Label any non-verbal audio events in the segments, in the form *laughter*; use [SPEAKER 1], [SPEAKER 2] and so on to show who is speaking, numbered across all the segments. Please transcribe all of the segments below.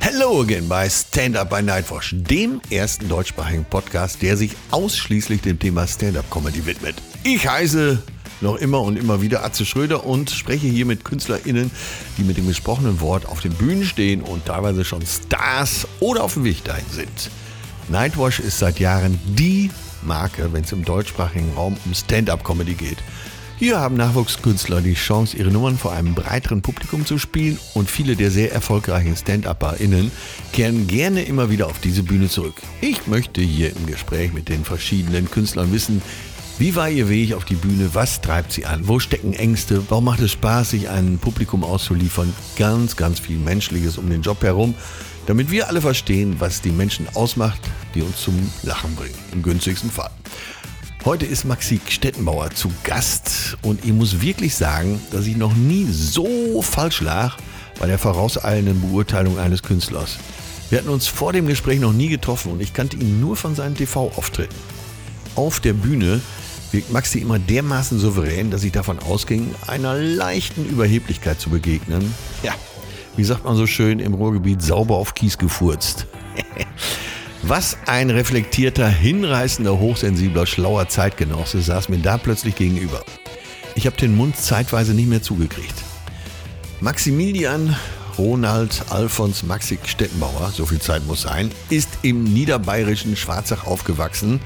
[SPEAKER 1] Hello again bei Stand Up by Nightwash, dem ersten deutschsprachigen Podcast, der sich ausschließlich dem Thema Stand-Up-Comedy widmet. Ich heiße noch immer und immer wieder Atze Schröder und spreche hier mit KünstlerInnen, die mit dem gesprochenen Wort auf den Bühnen stehen und teilweise schon Stars oder auf dem Weg dahin sind. Nightwash ist seit Jahren die Marke, wenn es im deutschsprachigen Raum um Stand-Up-Comedy geht. Hier haben Nachwuchskünstler die Chance, ihre Nummern vor einem breiteren Publikum zu spielen und viele der sehr erfolgreichen Stand-UpperInnen kehren gerne immer wieder auf diese Bühne zurück. Ich möchte hier im Gespräch mit den verschiedenen Künstlern wissen, wie war ihr Weg auf die Bühne? Was treibt sie an? Wo stecken Ängste? Warum macht es Spaß, sich einem Publikum auszuliefern? Ganz, ganz viel Menschliches um den Job herum, damit wir alle verstehen, was die Menschen ausmacht, die uns zum Lachen bringen. Im günstigsten Fall. Heute ist Maxi Stettenbauer zu Gast und ich muss wirklich sagen, dass ich noch nie so falsch lag bei der vorauseilenden Beurteilung eines Künstlers. Wir hatten uns vor dem Gespräch noch nie getroffen und ich kannte ihn nur von seinen TV-Auftritten. Auf der Bühne wirkt Maxi immer dermaßen souverän, dass ich davon ausging, einer leichten Überheblichkeit zu begegnen. Ja, wie sagt man so schön im Ruhrgebiet, sauber auf Kies gefurzt. Was ein reflektierter, hinreißender, hochsensibler, schlauer Zeitgenosse saß mir da plötzlich gegenüber. Ich habe den Mund zeitweise nicht mehr zugekriegt. Maximilian Ronald Alfons Maxik Stettenbauer, so viel Zeit muss sein, ist im niederbayerischen Schwarzach aufgewachsen.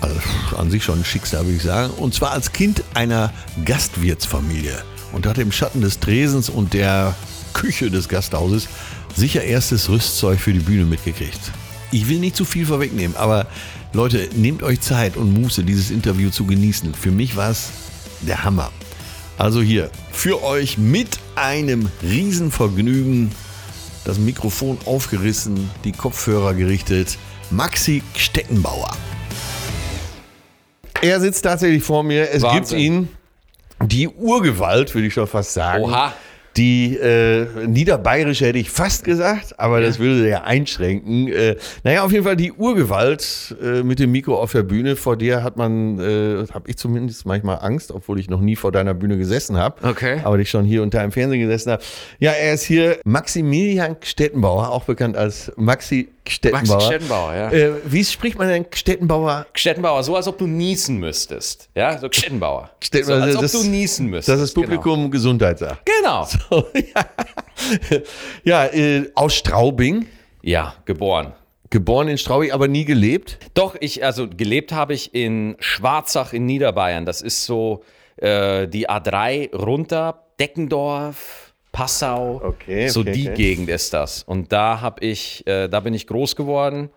[SPEAKER 1] Also an sich schon ein Schicksal, würde ich sagen. Und zwar als Kind einer Gastwirtsfamilie und hat im Schatten des Tresens und der Küche des Gasthauses sicher erstes Rüstzeug für die Bühne mitgekriegt. Ich will nicht zu viel vorwegnehmen, aber Leute, nehmt euch Zeit und Muße, dieses Interview zu genießen. Für mich war es der Hammer. Also hier, für euch mit einem Riesenvergnügen, das Mikrofon aufgerissen, die Kopfhörer gerichtet, Maxi Stettenbauer. Er sitzt tatsächlich vor mir. Es
[SPEAKER 2] Wahnsinn.
[SPEAKER 1] gibt ihn. Die Urgewalt, würde ich schon fast sagen.
[SPEAKER 2] Oha.
[SPEAKER 1] Die äh, niederbayerische hätte ich fast gesagt, aber das würde ja einschränken. Äh, naja, auf jeden Fall die Urgewalt äh, mit dem Mikro auf der Bühne. Vor der hat man, äh, habe ich zumindest manchmal Angst, obwohl ich noch nie vor deiner Bühne gesessen habe.
[SPEAKER 2] Okay.
[SPEAKER 1] Aber dich schon hier unter im Fernsehen gesessen habe. Ja, er ist hier Maximilian Stettenbauer, auch bekannt als Maxi Stettenbauer.
[SPEAKER 2] Maxi Stettenbauer, ja.
[SPEAKER 1] Äh, wie spricht man denn Stettenbauer
[SPEAKER 2] Gstettenbauer, so als ob du niesen müsstest. Ja, so Gstettenbauer. So,
[SPEAKER 1] Stettenbauer,
[SPEAKER 2] als ob
[SPEAKER 1] das-
[SPEAKER 2] du niesen müsstest.
[SPEAKER 1] dass das Publikum Gesundheit sagt?
[SPEAKER 2] Genau. genau.
[SPEAKER 1] ja, *laughs* ja äh, aus Straubing.
[SPEAKER 2] Ja, geboren.
[SPEAKER 1] Geboren in Straubing, aber nie gelebt.
[SPEAKER 2] Doch, ich, also gelebt habe ich in Schwarzach in Niederbayern. Das ist so äh, die A3 runter, Deckendorf, Passau.
[SPEAKER 1] Okay,
[SPEAKER 2] So
[SPEAKER 1] okay,
[SPEAKER 2] die
[SPEAKER 1] okay.
[SPEAKER 2] Gegend ist das. Und da habe ich, äh, da bin ich groß geworden.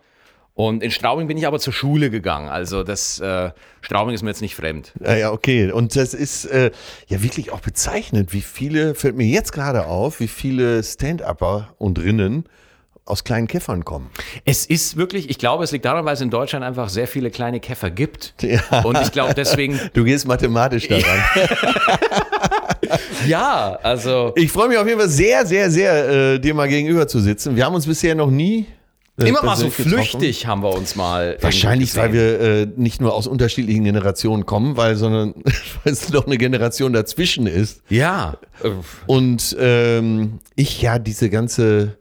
[SPEAKER 2] Und in Straubing bin ich aber zur Schule gegangen. Also das äh, Straubing ist mir jetzt nicht fremd.
[SPEAKER 1] Ah, ja, okay. Und das ist äh, ja wirklich auch bezeichnend, wie viele, fällt mir jetzt gerade auf, wie viele Stand-Upper und Rinnen aus kleinen Käffern kommen.
[SPEAKER 2] Es ist wirklich, ich glaube, es liegt daran, weil es in Deutschland einfach sehr viele kleine
[SPEAKER 1] *laughs*
[SPEAKER 2] Käfer gibt. Und ich glaube deswegen,
[SPEAKER 1] Du gehst mathematisch daran. *laughs*
[SPEAKER 2] ja, also
[SPEAKER 1] Ich freue mich auf jeden Fall sehr, sehr, sehr, äh, dir mal gegenüber zu sitzen. Wir haben uns bisher noch nie. äh,
[SPEAKER 2] immer mal so
[SPEAKER 1] persönlich getroffen.
[SPEAKER 2] flüchtig haben wir uns mal.
[SPEAKER 1] Wahrscheinlich, weil
[SPEAKER 2] irgendwie
[SPEAKER 1] wir äh, nicht nur aus unterschiedlichen Generationen kommen, weil, sondern *laughs* weil es noch eine Generation dazwischen ist.
[SPEAKER 2] gesehen. Ja, äh,
[SPEAKER 1] Und ähm, ich ja diese ganze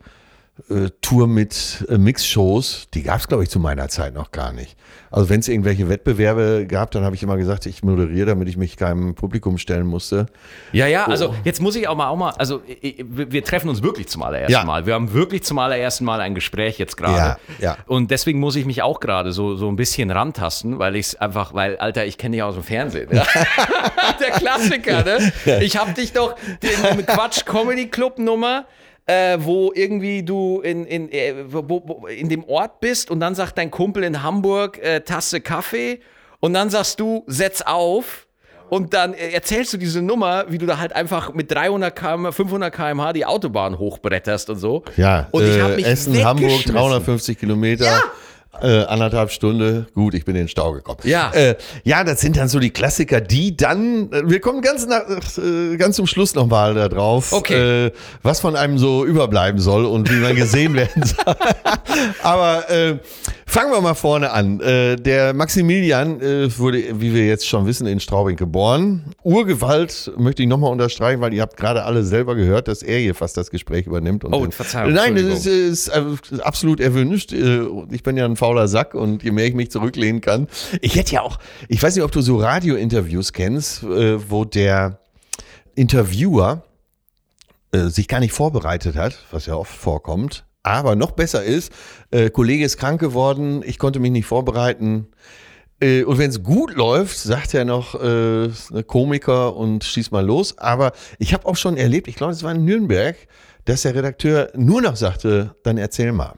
[SPEAKER 1] äh, Tour mit äh, Mix-Shows, die gab es, glaube ich, zu meiner Zeit noch gar nicht. Also wenn es irgendwelche Wettbewerbe gab, dann habe ich immer gesagt, ich moderiere, damit ich mich keinem Publikum stellen musste.
[SPEAKER 2] ja, ja,
[SPEAKER 1] Oh.
[SPEAKER 2] also jetzt muss ich auch mal, auch mal also ich, ich- wir treffen uns wirklich zum allerersten
[SPEAKER 1] Ja.
[SPEAKER 2] Mal. Wir haben wirklich zum allerersten Mal ein Gespräch jetzt gerade.
[SPEAKER 1] Ja, ja.
[SPEAKER 2] Und deswegen muss ich mich auch gerade so, so ein bisschen rantasten, weil ich es einfach, weil, Alter, ich kenne dich aus dem Fernsehen. *laughs* der Klassiker, ne? Ich hab dich doch den Quatsch Comedy Club Nummer. Äh, wo irgendwie du in, in, äh, wo, wo, in dem Ort bist und dann sagt dein Kumpel in Hamburg äh, Tasse Kaffee und dann sagst du, setz auf und dann äh, erzählst du diese Nummer, wie du da halt einfach mit 300 km, 500 km/h die Autobahn hochbretterst und so.
[SPEAKER 1] Ja,
[SPEAKER 2] und ich hab
[SPEAKER 1] äh,
[SPEAKER 2] mich
[SPEAKER 1] Essen, Hamburg,
[SPEAKER 2] weggeschmissen.
[SPEAKER 1] 350 Kilometer. Äh, anderthalb Stunde, gut, ich bin in den Stau gekommen.
[SPEAKER 2] Ja.
[SPEAKER 1] äh, ja, das sind dann so die Klassiker, die dann, äh, wir kommen ganz, nach, äh, ganz zum Schluss nochmal da drauf,
[SPEAKER 2] Okay.
[SPEAKER 1] äh, was *laughs* von einem so überbleiben soll und wie man gesehen werden soll. Aber äh, Fangen wir mal vorne an. Äh, Der Maximilian äh, wurde, wie wir jetzt schon wissen, in Straubing geboren. Urgewalt möchte ich nochmal unterstreichen, weil ihr habt gerade alle selber gehört, dass er hier fast das Gespräch übernimmt. Und
[SPEAKER 2] Oh,
[SPEAKER 1] dann-
[SPEAKER 2] Verzeihung,
[SPEAKER 1] Nein, das ist,
[SPEAKER 2] Entschuldigung.
[SPEAKER 1] ist äh, absolut erwünscht. Äh, Ich bin ja ein fauler Sack und je mehr ich mich zurücklehnen kann. Ich hätte ja auch, ich weiß nicht, ob du so Radio-Interviews kennst, äh, wo der Interviewer äh, sich gar nicht vorbereitet hat, was ja oft vorkommt. Aber noch besser ist, äh, Kollege ist krank geworden, ich konnte mich nicht vorbereiten. Äh, und wenn es gut läuft, sagt er noch äh, ist ne Komiker und schieß mal los. Aber ich habe auch schon erlebt, ich glaube, es war in Nürnberg, dass der Redakteur nur noch sagte, dann erzähl mal.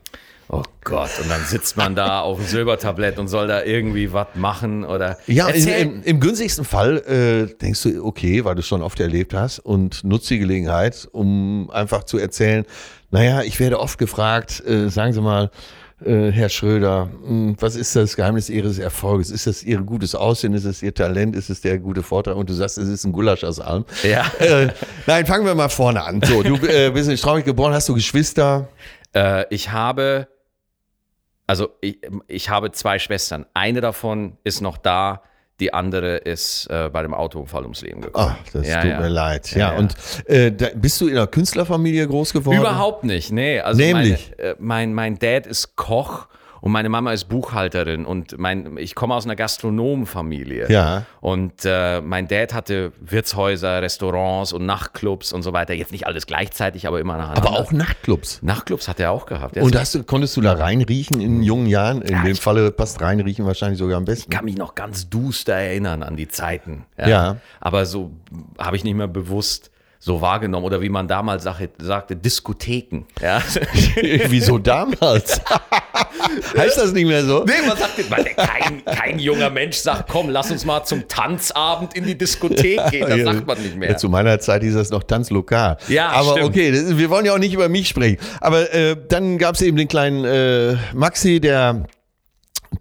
[SPEAKER 2] Oh Gott, und dann sitzt man da auf dem Silbertablett und soll da irgendwie was machen oder.
[SPEAKER 1] Ja, in,
[SPEAKER 2] Erzähl.
[SPEAKER 1] im, im günstigsten Fall äh, denkst du, okay, weil du es schon oft erlebt hast und nutzt die Gelegenheit, um einfach zu erzählen, naja, ich werde oft gefragt, äh, sagen Sie mal, äh, Herr Schröder, mh, was ist das Geheimnis Ihres Erfolges? Ist das Ihr gutes Aussehen? Ist es Ihr Talent? Ist es der gute Vortrag? Und du sagst, es ist ein Gulasch aus allem.
[SPEAKER 2] *laughs* Ja.
[SPEAKER 1] Äh, nein, fangen wir mal vorne an. So, du äh, bist in Straubing geboren, hast du Geschwister?
[SPEAKER 2] Äh, ich habe, also ich, ich habe zwei Schwestern. Eine davon ist noch da, die andere ist äh, bei dem Autounfall ums Leben gekommen.
[SPEAKER 1] Ah, das
[SPEAKER 2] Ja,
[SPEAKER 1] tut
[SPEAKER 2] ja.
[SPEAKER 1] mir leid. Ja,
[SPEAKER 2] Ja, ja.
[SPEAKER 1] und äh, da, bist du in einer Künstlerfamilie groß geworden?
[SPEAKER 2] Überhaupt nicht, nee. Also
[SPEAKER 1] Nämlich?
[SPEAKER 2] Meine, äh, mein, mein Dad ist Koch und meine Mama ist Buchhalterin und mein, ich komme aus einer Gastronomenfamilie.
[SPEAKER 1] Ja.
[SPEAKER 2] Und äh, mein Dad hatte Wirtshäuser, Restaurants und Nachtclubs und so weiter. Jetzt nicht alles gleichzeitig, aber immer nacheinander.
[SPEAKER 1] Aber auch Nachtclubs.
[SPEAKER 2] Nachtclubs hat er auch gehabt. Er
[SPEAKER 1] Und
[SPEAKER 2] ist-
[SPEAKER 1] hast du, konntest du da reinriechen in jungen Jahren? In dem Falle passt reinriechen wahrscheinlich sogar am besten.
[SPEAKER 2] kann mich noch ganz duster erinnern an die Zeiten.
[SPEAKER 1] Ja.
[SPEAKER 2] Aber so habe ich nicht mehr bewusst so wahrgenommen. Oder wie man damals sag, sagte, Diskotheken.
[SPEAKER 1] *laughs*
[SPEAKER 2] Ja.
[SPEAKER 1] Wieso
[SPEAKER 2] *laughs*
[SPEAKER 1] damals? heißt das nicht mehr so?
[SPEAKER 2] Nee, man sagt, weil kein, kein junger Mensch sagt, komm, lass uns mal zum Tanzabend in die Diskothek gehen. Das sagt man nicht
[SPEAKER 1] Ja,
[SPEAKER 2] mehr.
[SPEAKER 1] zu meiner Zeit hieß das noch Tanzlokal.
[SPEAKER 2] Ja,
[SPEAKER 1] Aber
[SPEAKER 2] stimmt.
[SPEAKER 1] okay, das, ist- wir wollen ja auch nicht über mich sprechen. Aber äh, dann gab es eben den kleinen äh, Maxi, der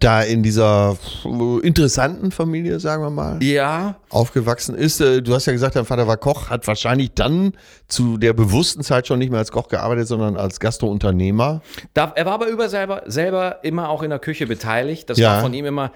[SPEAKER 1] da in dieser äh, interessanten Familie, sagen wir mal,
[SPEAKER 2] Ja,
[SPEAKER 1] aufgewachsen ist. Äh, Du hast ja gesagt, dein Vater war Koch, hat wahrscheinlich dann zu der bewussten Zeit schon nicht mehr als Koch gearbeitet, sondern als Gastrounternehmer.
[SPEAKER 2] Da, er war aber über selber, selber immer auch in der Küche beteiligt. Das
[SPEAKER 1] Ja.
[SPEAKER 2] war von ihm immer.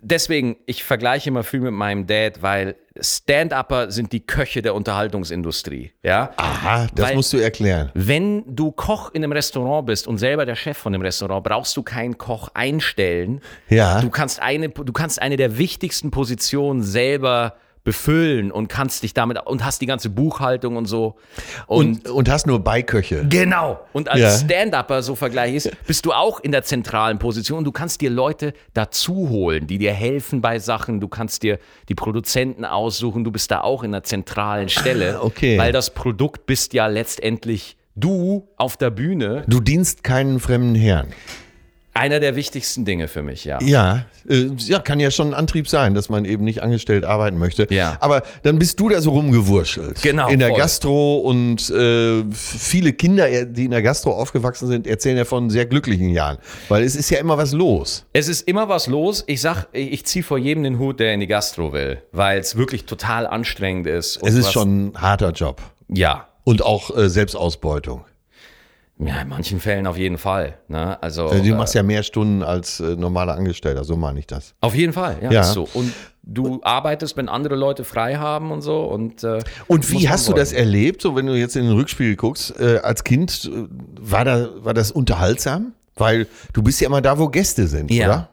[SPEAKER 2] Deswegen, ich vergleiche immer viel mit meinem Dad, weil Stand-Upper sind die Köche der Unterhaltungsindustrie. Ja?
[SPEAKER 1] Aha, das
[SPEAKER 2] Weil-
[SPEAKER 1] musst du erklären.
[SPEAKER 2] Wenn du Koch in einem Restaurant bist und selber der Chef von dem Restaurant, brauchst du keinen Koch einstellen.
[SPEAKER 1] Ja.
[SPEAKER 2] Du kannst eine, du kannst eine der wichtigsten Positionen selber befüllen und kannst dich damit und hast die ganze Buchhaltung und so.
[SPEAKER 1] Und, und hast nur Beiköche.
[SPEAKER 2] Genau. Und als
[SPEAKER 1] Ja.
[SPEAKER 2] Stand-Upper so vergleich ist, bist du auch in der zentralen Position. Du kannst dir Leute dazu holen, die dir helfen bei Sachen. Du kannst dir die Produzenten aussuchen. Du bist da auch in der zentralen Stelle.
[SPEAKER 1] Ah, okay.
[SPEAKER 2] Weil das Produkt bist ja letztendlich du auf der Bühne.
[SPEAKER 1] Du dienst keinen fremden Herrn.
[SPEAKER 2] Einer der wichtigsten Dinge für mich, ja.
[SPEAKER 1] Ja, äh, ja, kann ja schon ein Antrieb sein, dass man eben nicht angestellt arbeiten möchte.
[SPEAKER 2] Ja.
[SPEAKER 1] Aber dann bist du da so rumgewurschtelt.
[SPEAKER 2] Genau,
[SPEAKER 1] In der
[SPEAKER 2] voll.
[SPEAKER 1] Gastro und äh, viele Kinder, äh, die in der Gastro aufgewachsen sind, erzählen ja von sehr glücklichen Jahren. Weil es ist ja immer was los.
[SPEAKER 2] Es ist immer was los. Ich sag, ich ziehe vor jedem den Hut, der in die Gastro will, weil es wirklich total anstrengend ist. und
[SPEAKER 1] Es ist
[SPEAKER 2] was-
[SPEAKER 1] schon ein harter Job.
[SPEAKER 2] Ja.
[SPEAKER 1] Und auch äh, Selbstausbeutung.
[SPEAKER 2] Ja, in manchen Fällen auf jeden Fall. Ne? Also,
[SPEAKER 1] Also
[SPEAKER 2] äh,
[SPEAKER 1] du machst ja mehr Stunden als äh, normaler Angestellter, so meine ich das.
[SPEAKER 2] Auf jeden Fall, ja.
[SPEAKER 1] Ja.
[SPEAKER 2] Ist so. Und du arbeitest, wenn andere Leute frei haben und so. Und, äh,
[SPEAKER 1] Und
[SPEAKER 2] muss
[SPEAKER 1] wie
[SPEAKER 2] man
[SPEAKER 1] hast du
[SPEAKER 2] wollen.
[SPEAKER 1] das erlebt, so wenn du jetzt in den Rückspiegel guckst, äh, als Kind, äh, war, da, war das unterhaltsam? Weil du bist ja immer da, wo Gäste sind,
[SPEAKER 2] Ja.
[SPEAKER 1] oder?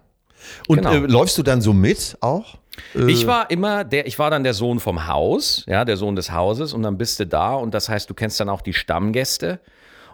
[SPEAKER 1] Und
[SPEAKER 2] Genau.
[SPEAKER 1] äh, läufst du dann so mit auch?
[SPEAKER 2] Ich war immer der, ich war dann der Sohn vom Haus, ja, der Sohn des Hauses und dann bist du da und das heißt, du kennst dann auch die Stammgäste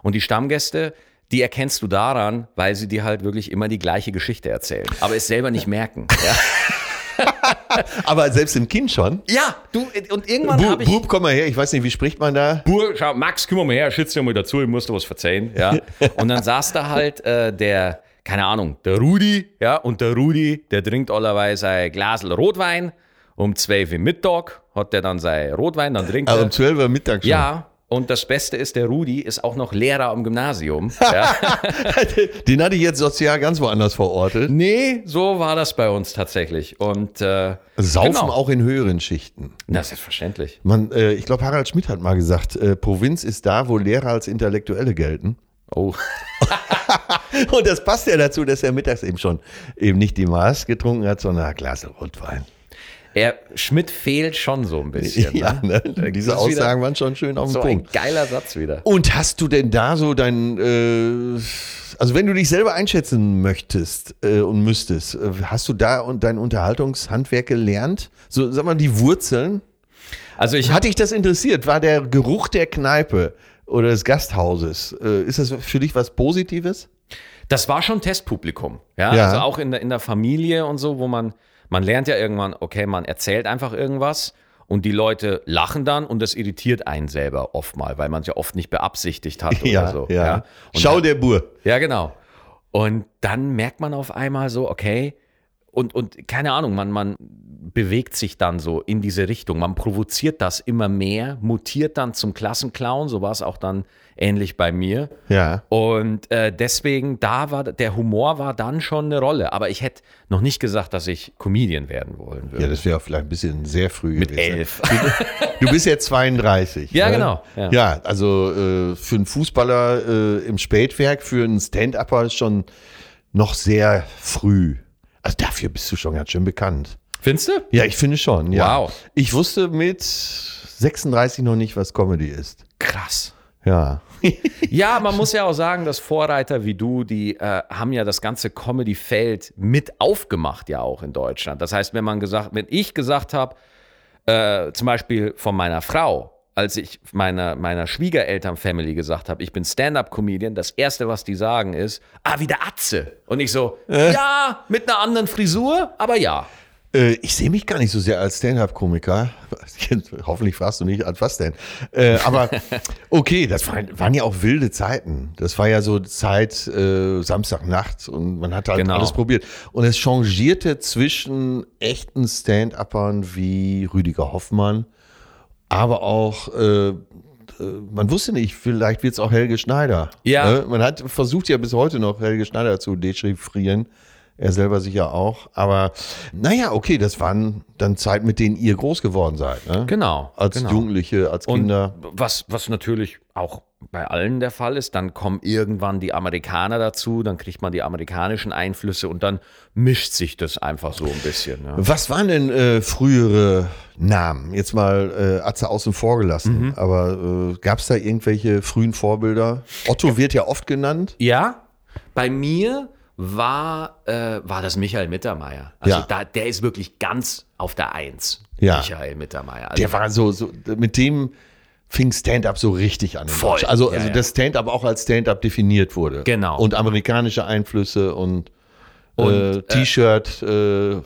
[SPEAKER 2] und die Stammgäste, die erkennst du daran, weil sie dir halt wirklich immer die gleiche Geschichte erzählen, aber es selber nicht merken. Ja,
[SPEAKER 1] Aber selbst im Kind schon.
[SPEAKER 2] *laughs* ja du und irgendwann
[SPEAKER 1] Bub,
[SPEAKER 2] habe ich
[SPEAKER 1] Bub, komm mal her, ich weiß nicht, wie spricht man da?
[SPEAKER 2] Bur, schau, Max, kümmere mal her, schütze mal dazu, ich muss dir was verzeihen. *laughs* Ja. Und dann saß da halt äh, der, keine Ahnung, der Rudi, ja, und der Rudi, der trinkt allerweise ein Glasel Rotwein. Um 12 Uhr Mittag hat der dann sein Rotwein, dann trinkt
[SPEAKER 1] Also
[SPEAKER 2] er.
[SPEAKER 1] um 12 Uhr Mittag schon.
[SPEAKER 2] ja, und das Beste ist, der Rudi ist auch noch Lehrer am *laughs* Gymnasium. Ja.
[SPEAKER 1] *laughs* Den hatte ich jetzt sozial ganz woanders verortet.
[SPEAKER 2] nee, so war das bei uns tatsächlich. Und äh,
[SPEAKER 1] Saufen
[SPEAKER 2] genau.
[SPEAKER 1] auch in höheren Schichten.
[SPEAKER 2] Na, selbstverständlich.
[SPEAKER 1] Man, äh, ich glaube, Harald Schmidt hat mal gesagt, äh, Provinz ist da, wo Lehrer als Intellektuelle gelten.
[SPEAKER 2] Oh.
[SPEAKER 1] *laughs* Und das passt ja dazu, dass er mittags eben schon eben nicht die Maß getrunken hat, sondern ein Glas Rotwein.
[SPEAKER 2] Er, Schmidt fehlt schon so ein *laughs* bisschen.
[SPEAKER 1] *laughs*
[SPEAKER 2] Ne?
[SPEAKER 1] Ja, ne? Diese
[SPEAKER 2] Das ist wieder
[SPEAKER 1] Aussagen waren schon schön auf den
[SPEAKER 2] So ein
[SPEAKER 1] Punkt.
[SPEAKER 2] geiler Satz wieder.
[SPEAKER 1] Und hast du denn da so dein, äh, also wenn du dich selber einschätzen möchtest äh, und müsstest, äh, hast du da und dein Unterhaltungshandwerk gelernt? So, sag mal, die Wurzeln?
[SPEAKER 2] Also ich
[SPEAKER 1] Hat dich das interessiert? War der Geruch der Kneipe oder des Gasthauses, äh, ist das für dich was Positives?
[SPEAKER 2] Das war schon Testpublikum. Ja,
[SPEAKER 1] Ja.
[SPEAKER 2] also auch in der, in der Familie und so, wo man, man lernt ja irgendwann, okay, man erzählt einfach irgendwas und die Leute lachen dann und das irritiert einen selber oft mal, weil man es ja oft nicht beabsichtigt hat oder so. Und
[SPEAKER 1] Schau der Bur.
[SPEAKER 2] ja, genau. Und dann merkt man auf einmal so, okay, und, und keine Ahnung, man, man bewegt sich dann so in diese Richtung. Man provoziert das immer mehr, mutiert dann zum Klassenclown. So war es auch dann ähnlich bei mir.
[SPEAKER 1] Ja.
[SPEAKER 2] Und äh, deswegen, da war der Humor war dann schon eine Rolle. Aber ich hätte noch nicht gesagt, dass ich Comedian werden wollen würde.
[SPEAKER 1] Ja, das wäre vielleicht ein bisschen sehr früh
[SPEAKER 2] Mit
[SPEAKER 1] gewesen.
[SPEAKER 2] elf.
[SPEAKER 1] Du bist ja 32.
[SPEAKER 2] Ja,
[SPEAKER 1] ne?
[SPEAKER 2] genau,
[SPEAKER 1] Ja,
[SPEAKER 2] ja.
[SPEAKER 1] also äh, für einen Fußballer äh, im Spätwerk, für einen Stand-Upper ist schon noch sehr früh. Also dafür bist du schon ganz schön bekannt.
[SPEAKER 2] Findest du?
[SPEAKER 1] Ja, ich finde schon. Ja.
[SPEAKER 2] Wow.
[SPEAKER 1] Ich wusste mit 36 noch nicht, was Comedy ist.
[SPEAKER 2] Krass.
[SPEAKER 1] Ja.
[SPEAKER 2] Ja, man muss ja auch sagen, dass Vorreiter wie du, die äh, haben ja das ganze Comedy-Feld mit aufgemacht, ja auch in Deutschland. Das heißt, wenn man gesagt, wenn ich gesagt habe, äh, zum Beispiel von meiner Frau, als ich meiner, meiner Schwiegereltern-Family gesagt habe, ich bin Stand-Up-Comedian, das Erste, was die sagen, ist, ah, wieder Atze. Und ich so, ja, mit einer anderen Frisur, aber ja.
[SPEAKER 1] Äh, ich sehe mich gar nicht so sehr als Stand-Up-Komiker. *laughs* Jetzt, Hoffentlich fragst du nicht, als was denn? Äh,
[SPEAKER 2] *laughs*
[SPEAKER 1] aber okay, das waren, waren ja auch wilde Zeiten. Das war ja so Zeit äh, Samstagnacht und man hat halt
[SPEAKER 2] Genau.
[SPEAKER 1] alles probiert. Und es changierte zwischen echten Stand-Uppern wie Rüdiger Hoffmann, aber auch äh, äh, man wusste nicht, vielleicht wird es auch Helge Schneider.
[SPEAKER 2] Ja.
[SPEAKER 1] Ne? Man hat versucht ja bis heute noch Helge Schneider zu dechiffrieren. Er selber sicher auch. Aber naja, okay, das waren dann Zeiten, mit denen ihr groß geworden seid. Ne?
[SPEAKER 2] Genau.
[SPEAKER 1] Als
[SPEAKER 2] genau.
[SPEAKER 1] Jugendliche, als
[SPEAKER 2] Und
[SPEAKER 1] Kinder.
[SPEAKER 2] was, was natürlich auch bei allen der Fall ist, dann kommen irgendwann die Amerikaner dazu, dann kriegt man die amerikanischen Einflüsse und dann mischt sich das einfach so ein bisschen. Ne?
[SPEAKER 1] Was waren denn äh, frühere Namen? Jetzt mal äh, Atze außen vor
[SPEAKER 2] Mhm.
[SPEAKER 1] gelassen. Aber äh, gab es da irgendwelche frühen Vorbilder? Otto wird ja oft genannt.
[SPEAKER 2] Ja, bei mir war, äh, war das Michael Mittermeier. Also
[SPEAKER 1] Ja.
[SPEAKER 2] da, der ist wirklich ganz auf der Eins.
[SPEAKER 1] Ja.
[SPEAKER 2] Michael Mittermeier. Also
[SPEAKER 1] Der war so, so mit dem fing Stand-up so richtig an. in
[SPEAKER 2] Voll.
[SPEAKER 1] Deutschland. Also,
[SPEAKER 2] Ja,
[SPEAKER 1] also
[SPEAKER 2] ja.
[SPEAKER 1] dass Stand-up auch als Stand-up definiert wurde.
[SPEAKER 2] Genau.
[SPEAKER 1] Und amerikanische Einflüsse und, äh,
[SPEAKER 2] Und,
[SPEAKER 1] T-Shirt, äh, äh,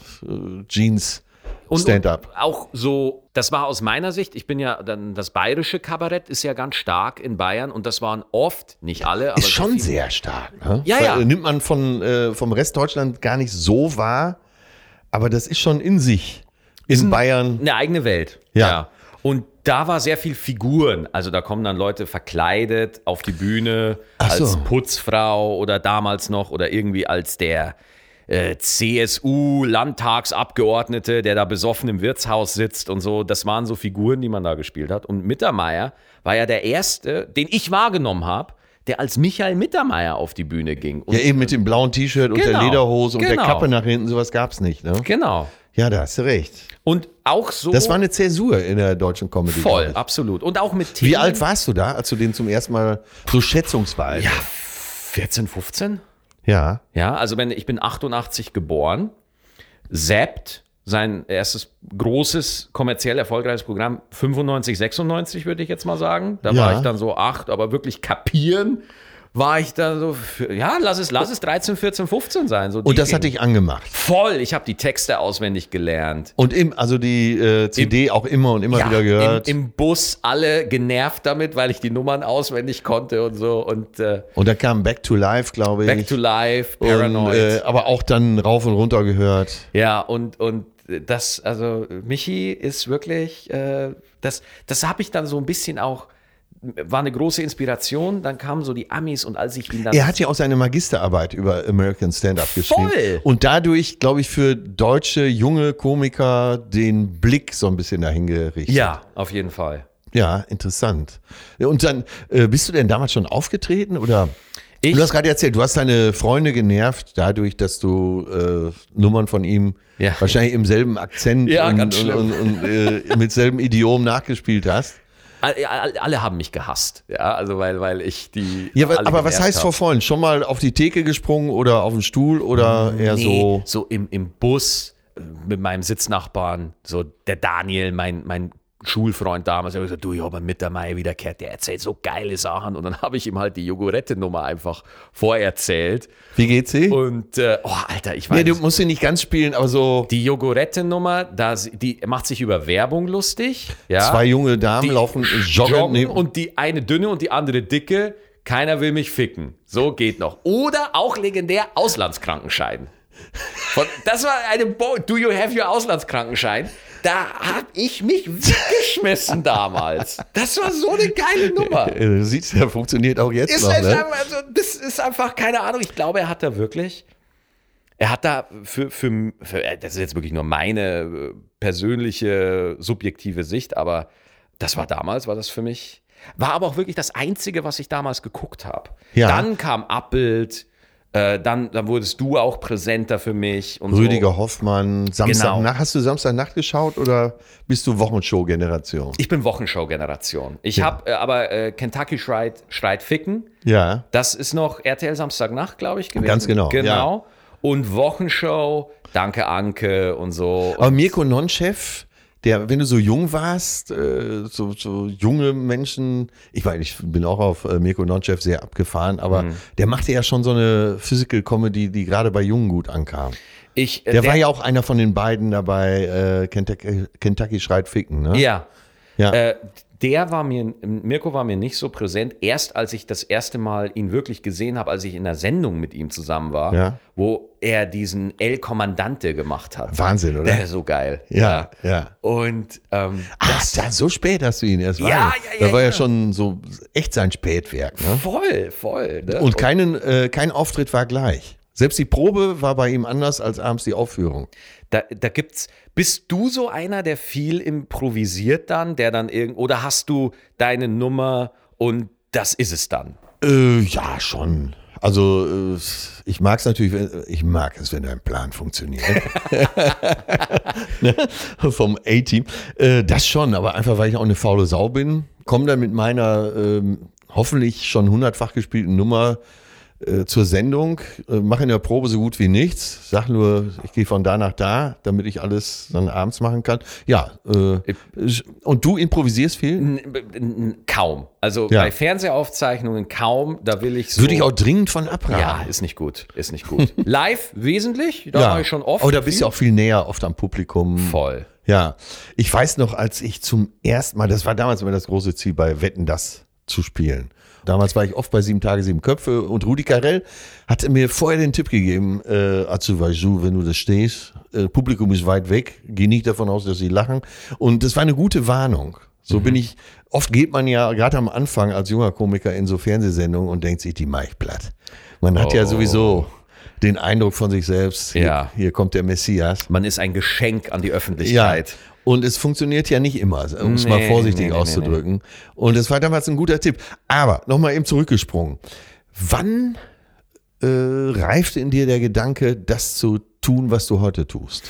[SPEAKER 1] Jeans,
[SPEAKER 2] Und-
[SPEAKER 1] Stand-up.
[SPEAKER 2] und Auch so, das war aus meiner Sicht, ich bin ja, dann das bayerische Kabarett ist ja ganz stark in Bayern und das waren oft, nicht alle, aber
[SPEAKER 1] Ist
[SPEAKER 2] so
[SPEAKER 1] schon
[SPEAKER 2] viele.
[SPEAKER 1] sehr stark. Ne?
[SPEAKER 2] Ja,
[SPEAKER 1] Weil,
[SPEAKER 2] ja.
[SPEAKER 1] äh, Nimmt man von, äh, vom Rest Deutschland gar nicht so wahr, aber das ist schon in sich. In Bayern.
[SPEAKER 2] eine eigene Welt.
[SPEAKER 1] Ja.
[SPEAKER 2] Und da war sehr viel Figuren. Also da kommen dann Leute verkleidet auf die Bühne
[SPEAKER 1] Ach so.
[SPEAKER 2] als Putzfrau oder damals noch oder irgendwie als der äh, CSU-Landtagsabgeordnete, der da besoffen im Wirtshaus sitzt und so. Das waren so Figuren, die man da gespielt hat. Und Mittermeier war ja der erste, den ich wahrgenommen habe, der als Michael Mittermeier auf die Bühne ging. Und
[SPEAKER 1] Ja, eben mit dem blauen T-Shirt und der
[SPEAKER 2] Genau.
[SPEAKER 1] Lederhose und der
[SPEAKER 2] Genau.
[SPEAKER 1] Kappe nach hinten, sowas gab's nicht. Ne?
[SPEAKER 2] Genau.
[SPEAKER 1] Ja, da hast du recht.
[SPEAKER 2] Und auch so
[SPEAKER 1] Das war eine Zäsur in der deutschen Comedy.
[SPEAKER 2] Oh. voll,
[SPEAKER 1] glaub ich.
[SPEAKER 2] absolut. Und auch mit
[SPEAKER 1] Wie
[SPEAKER 2] Themen-
[SPEAKER 1] alt warst du da, als du den zum ersten Mal so schätzungsweise?
[SPEAKER 2] Ja, 14, 15?
[SPEAKER 1] Ja.
[SPEAKER 2] Ja, also wenn ich bin 88 geboren, Sept, sein erstes großes kommerziell erfolgreiches Programm 95, 96 würde ich jetzt mal sagen. Da
[SPEAKER 1] Ja.
[SPEAKER 2] war ich dann so acht, aber wirklich kapieren war ich da so für, ja, lass es lass es 13, 14, 15 sein, so
[SPEAKER 1] Und das hat dich angemacht.
[SPEAKER 2] voll, ich habe die Texte auswendig gelernt.
[SPEAKER 1] Und im, also die äh, CD auch immer und immer wieder gehört.
[SPEAKER 2] im, im Bus alle genervt damit, weil ich die Nummern auswendig konnte und so und äh,
[SPEAKER 1] und da kam Back to Life, glaube ich.
[SPEAKER 2] Back to Life,
[SPEAKER 1] Und,
[SPEAKER 2] Paranoid.
[SPEAKER 1] äh, aber auch dann rauf und runter gehört.
[SPEAKER 2] Ja, und, und das, also Michi ist wirklich, äh, das, das habe ich dann so ein bisschen auch, war eine große Inspiration. Dann kamen so die Amis und als ich ihn dann.
[SPEAKER 1] Er hat ja auch seine Magisterarbeit über American Stand-Up geschrieben.
[SPEAKER 2] Voll.
[SPEAKER 1] Und dadurch, glaube ich, für deutsche junge Komiker den Blick so ein bisschen dahin gerichtet.
[SPEAKER 2] ja, auf jeden Fall.
[SPEAKER 1] Ja, interessant. Und dann, äh, bist du denn damals schon aufgetreten oder
[SPEAKER 2] Ich?
[SPEAKER 1] Du hast gerade erzählt, du hast deine Freunde genervt dadurch, dass du äh, Nummern von ihm
[SPEAKER 2] Ja.
[SPEAKER 1] wahrscheinlich im selben Akzent
[SPEAKER 2] Ja,
[SPEAKER 1] und,
[SPEAKER 2] ganz
[SPEAKER 1] und,
[SPEAKER 2] schlimm.
[SPEAKER 1] und, und äh, mit selben Idiom nachgespielt hast.
[SPEAKER 2] Alle, alle haben mich gehasst. Ja, also weil, weil ich die.
[SPEAKER 1] Ja, aber,
[SPEAKER 2] alle
[SPEAKER 1] aber was
[SPEAKER 2] genervt
[SPEAKER 1] heißt
[SPEAKER 2] hab.
[SPEAKER 1] vor Freunden? Schon mal auf die Theke gesprungen oder auf den Stuhl oder eher
[SPEAKER 2] Nee,
[SPEAKER 1] so?
[SPEAKER 2] So im, im Bus äh, mit meinem Sitznachbarn, so der Daniel, mein, mein Schulfreund damals, der hat gesagt, du, ich habe einen Mittermeier wiederkehrt, der erzählt so geile Sachen. Und dann habe ich ihm halt die Jogurette-Nummer einfach vorerzählt.
[SPEAKER 1] Wie geht's sie?
[SPEAKER 2] Und, äh, oh, Alter, ich weiß
[SPEAKER 1] Nee, du musst sie nicht ganz spielen, aber so
[SPEAKER 2] Die Jogurette-Nummer, da sie- die macht sich über Werbung lustig. Ja.
[SPEAKER 1] zwei junge Damen
[SPEAKER 2] Die
[SPEAKER 1] laufen äh, joggen,
[SPEAKER 2] joggen
[SPEAKER 1] neben-
[SPEAKER 2] und die eine dünne und die andere dicke. Keiner will mich ficken. So geht noch. Oder auch legendär Auslandskrankenschein. Von, das war eine Bo Do you have your Auslandskrankenschein? Da hab ich mich weggeschmissen damals. Das war so eine geile Nummer.
[SPEAKER 1] Äh, Du siehst, der funktioniert auch jetzt
[SPEAKER 2] Ist
[SPEAKER 1] noch.
[SPEAKER 2] halt
[SPEAKER 1] Ne?
[SPEAKER 2] einfach, also, das ist einfach, keine Ahnung. Ich glaube, er hat da wirklich. Er hat da für, für, für äh, das ist jetzt wirklich nur meine äh, persönliche, subjektive Sicht, aber das war damals, war das für mich, war aber auch wirklich das Einzige, was ich damals geguckt habe.
[SPEAKER 1] Ja.
[SPEAKER 2] Dann kam Abbild, äh, dann, dann wurdest du auch präsenter für mich. Und So.
[SPEAKER 1] Rüdiger Hoffmann, Samstagnacht.
[SPEAKER 2] Genau.
[SPEAKER 1] Hast du Samstagnacht geschaut oder bist du Wochenshow-Generation?
[SPEAKER 2] Ich bin Wochenshow-Generation. Ich habe äh, aber äh, Kentucky schreit, schreit Ficken.
[SPEAKER 1] Ja.
[SPEAKER 2] Das ist noch RTL Samstagnacht, glaube ich, gewesen.
[SPEAKER 1] Ganz genau,
[SPEAKER 2] Genau. Und Wochenshow, Danke Anke und so.
[SPEAKER 1] Aber Mirko Nonchef, der, wenn du so jung warst, äh, so, so junge Menschen, ich meine, ich bin auch auf äh, Mirko Nonchef sehr abgefahren, aber
[SPEAKER 2] Mhm.
[SPEAKER 1] der machte ja schon so eine Physical Comedy, die gerade bei Jungen gut ankam.
[SPEAKER 2] ich, äh,
[SPEAKER 1] Der, war ja auch einer von den beiden dabei, äh, Kentucky, Kentucky schreit ficken, ne?
[SPEAKER 2] ja.
[SPEAKER 1] Ja.
[SPEAKER 2] Äh, der war mir, Mirko war mir nicht so präsent, erst als ich das erste Mal ihn wirklich gesehen habe, als ich in der Sendung mit ihm zusammen war,
[SPEAKER 1] Ja.
[SPEAKER 2] wo er diesen El Kommandante gemacht hat.
[SPEAKER 1] Wahnsinn, oder?
[SPEAKER 2] Der ist so geil.
[SPEAKER 1] ja, ja.
[SPEAKER 2] Und ähm,
[SPEAKER 1] Ach, da, so spät hast du ihn erst
[SPEAKER 2] Ja,
[SPEAKER 1] wahrgenommen.
[SPEAKER 2] ja, ja,
[SPEAKER 1] Da war ja,
[SPEAKER 2] ja.
[SPEAKER 1] schon so echt sein Spätwerk. Ne?
[SPEAKER 2] voll, voll. Ne?
[SPEAKER 1] Und keinen, äh, kein Auftritt war gleich. Selbst die Probe war bei ihm anders als abends die Aufführung.
[SPEAKER 2] Da, da gibt's. Bist du so einer, der viel improvisiert dann, der dann irgend oder hast du deine Nummer und das ist es dann?
[SPEAKER 1] Äh, ja, schon. Also äh, ich mag es natürlich, wenn- äh, ich mag es, wenn dein Plan funktioniert. *laughs* ne? Vom A-Team. Äh, das schon, aber einfach, weil ich auch eine faule Sau bin, komme dann mit meiner ähm, hoffentlich schon hundertfach gespielten Nummer äh, zur Sendung, äh, mache in der Probe so gut wie nichts, sag nur, ich gehe von da nach da, damit ich alles dann abends machen kann. Ja, äh, und du improvisierst viel?
[SPEAKER 2] N- n- Kaum. Also
[SPEAKER 1] Ja.
[SPEAKER 2] bei Fernsehaufzeichnungen kaum. Da will ich so.
[SPEAKER 1] Würde ich auch dringend von abraten.
[SPEAKER 2] Ja, ist nicht gut. Ist
[SPEAKER 1] *laughs*
[SPEAKER 2] nicht gut. Live wesentlich. Da mache ich schon oft.
[SPEAKER 1] Aber Oh, da bist du auch viel näher oft am Publikum.
[SPEAKER 2] voll.
[SPEAKER 1] Ja. Ich weiß noch, als ich zum ersten Mal, das war damals immer das große Ziel, bei Wetten das zu spielen. Damals war ich oft bei Sieben Tage, Sieben Köpfe und Rudi Carell hatte mir vorher den Tipp gegeben, äh, Azu Wajou, wenn du das stehst, äh, Publikum ist weit weg, geh nicht davon aus, dass sie lachen. Und das war eine gute Warnung. So
[SPEAKER 2] Mhm.
[SPEAKER 1] bin ich, oft geht man ja gerade am Anfang als junger Komiker in so Fernsehsendungen und denkt sich, die mach ich platt. Man hat ja
[SPEAKER 2] Oh.
[SPEAKER 1] sowieso den Eindruck von sich selbst,
[SPEAKER 2] Ja.
[SPEAKER 1] hier, hier kommt der Messias.
[SPEAKER 2] Man ist ein Geschenk an die
[SPEAKER 1] Ja.
[SPEAKER 2] Öffentlichkeit.
[SPEAKER 1] Und es funktioniert ja nicht immer, um es mal
[SPEAKER 2] Nee,
[SPEAKER 1] vorsichtig
[SPEAKER 2] nee, nee,
[SPEAKER 1] auszudrücken. Und das war damals ein guter Tipp. Aber nochmal eben zurückgesprungen. Wann äh, reifte in dir der Gedanke, das zu tun, was du heute tust?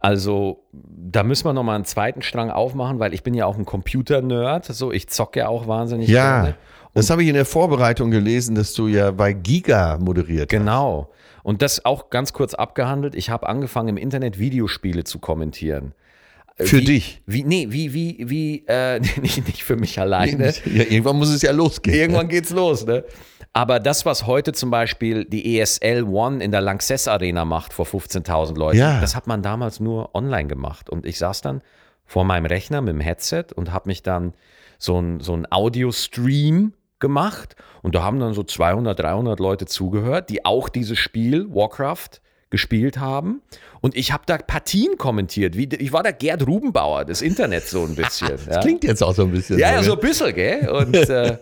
[SPEAKER 2] Also, da müssen wir nochmal einen zweiten Strang aufmachen, weil ich bin ja auch ein Computer-Nerd. So, ich zocke ja auch wahnsinnig gerne.
[SPEAKER 1] ne? Das habe ich in der Vorbereitung gelesen, dass du ja bei Giga moderiert hast.
[SPEAKER 2] Genau. Und das auch ganz kurz abgehandelt. Ich habe angefangen, im Internet Videospiele zu kommentieren. Äh,
[SPEAKER 1] Für
[SPEAKER 2] wie,
[SPEAKER 1] dich?
[SPEAKER 2] Wie, nee, wie, wie, wie, äh, *laughs* nicht, nicht für mich alleine.
[SPEAKER 1] Ne? Ja, irgendwann muss es ja *laughs* losgehen.
[SPEAKER 2] Genau. Irgendwann geht's los, ne? Aber das, was heute zum Beispiel die ESL One in der Lanxess Arena macht vor 15.000 Leuten,
[SPEAKER 1] Ja.
[SPEAKER 2] das hat man damals nur online gemacht. Und ich saß dann vor meinem Rechner mit dem Headset und habe mich dann so ein, so ein Audio-Stream gemacht. Und da haben dann so 200, 300 Leute zugehört, die auch dieses Spiel Warcraft gespielt haben. Und ich habe da Partien kommentiert. Wie, ich war der Gerd Rubenbauer des Internets so ein
[SPEAKER 1] *laughs*
[SPEAKER 2] bisschen. ja.
[SPEAKER 1] Klingt jetzt auch so ein bisschen.
[SPEAKER 2] Ja, ja,
[SPEAKER 1] ne?
[SPEAKER 2] so ein bisschen,
[SPEAKER 1] *laughs*
[SPEAKER 2] gell? Und äh,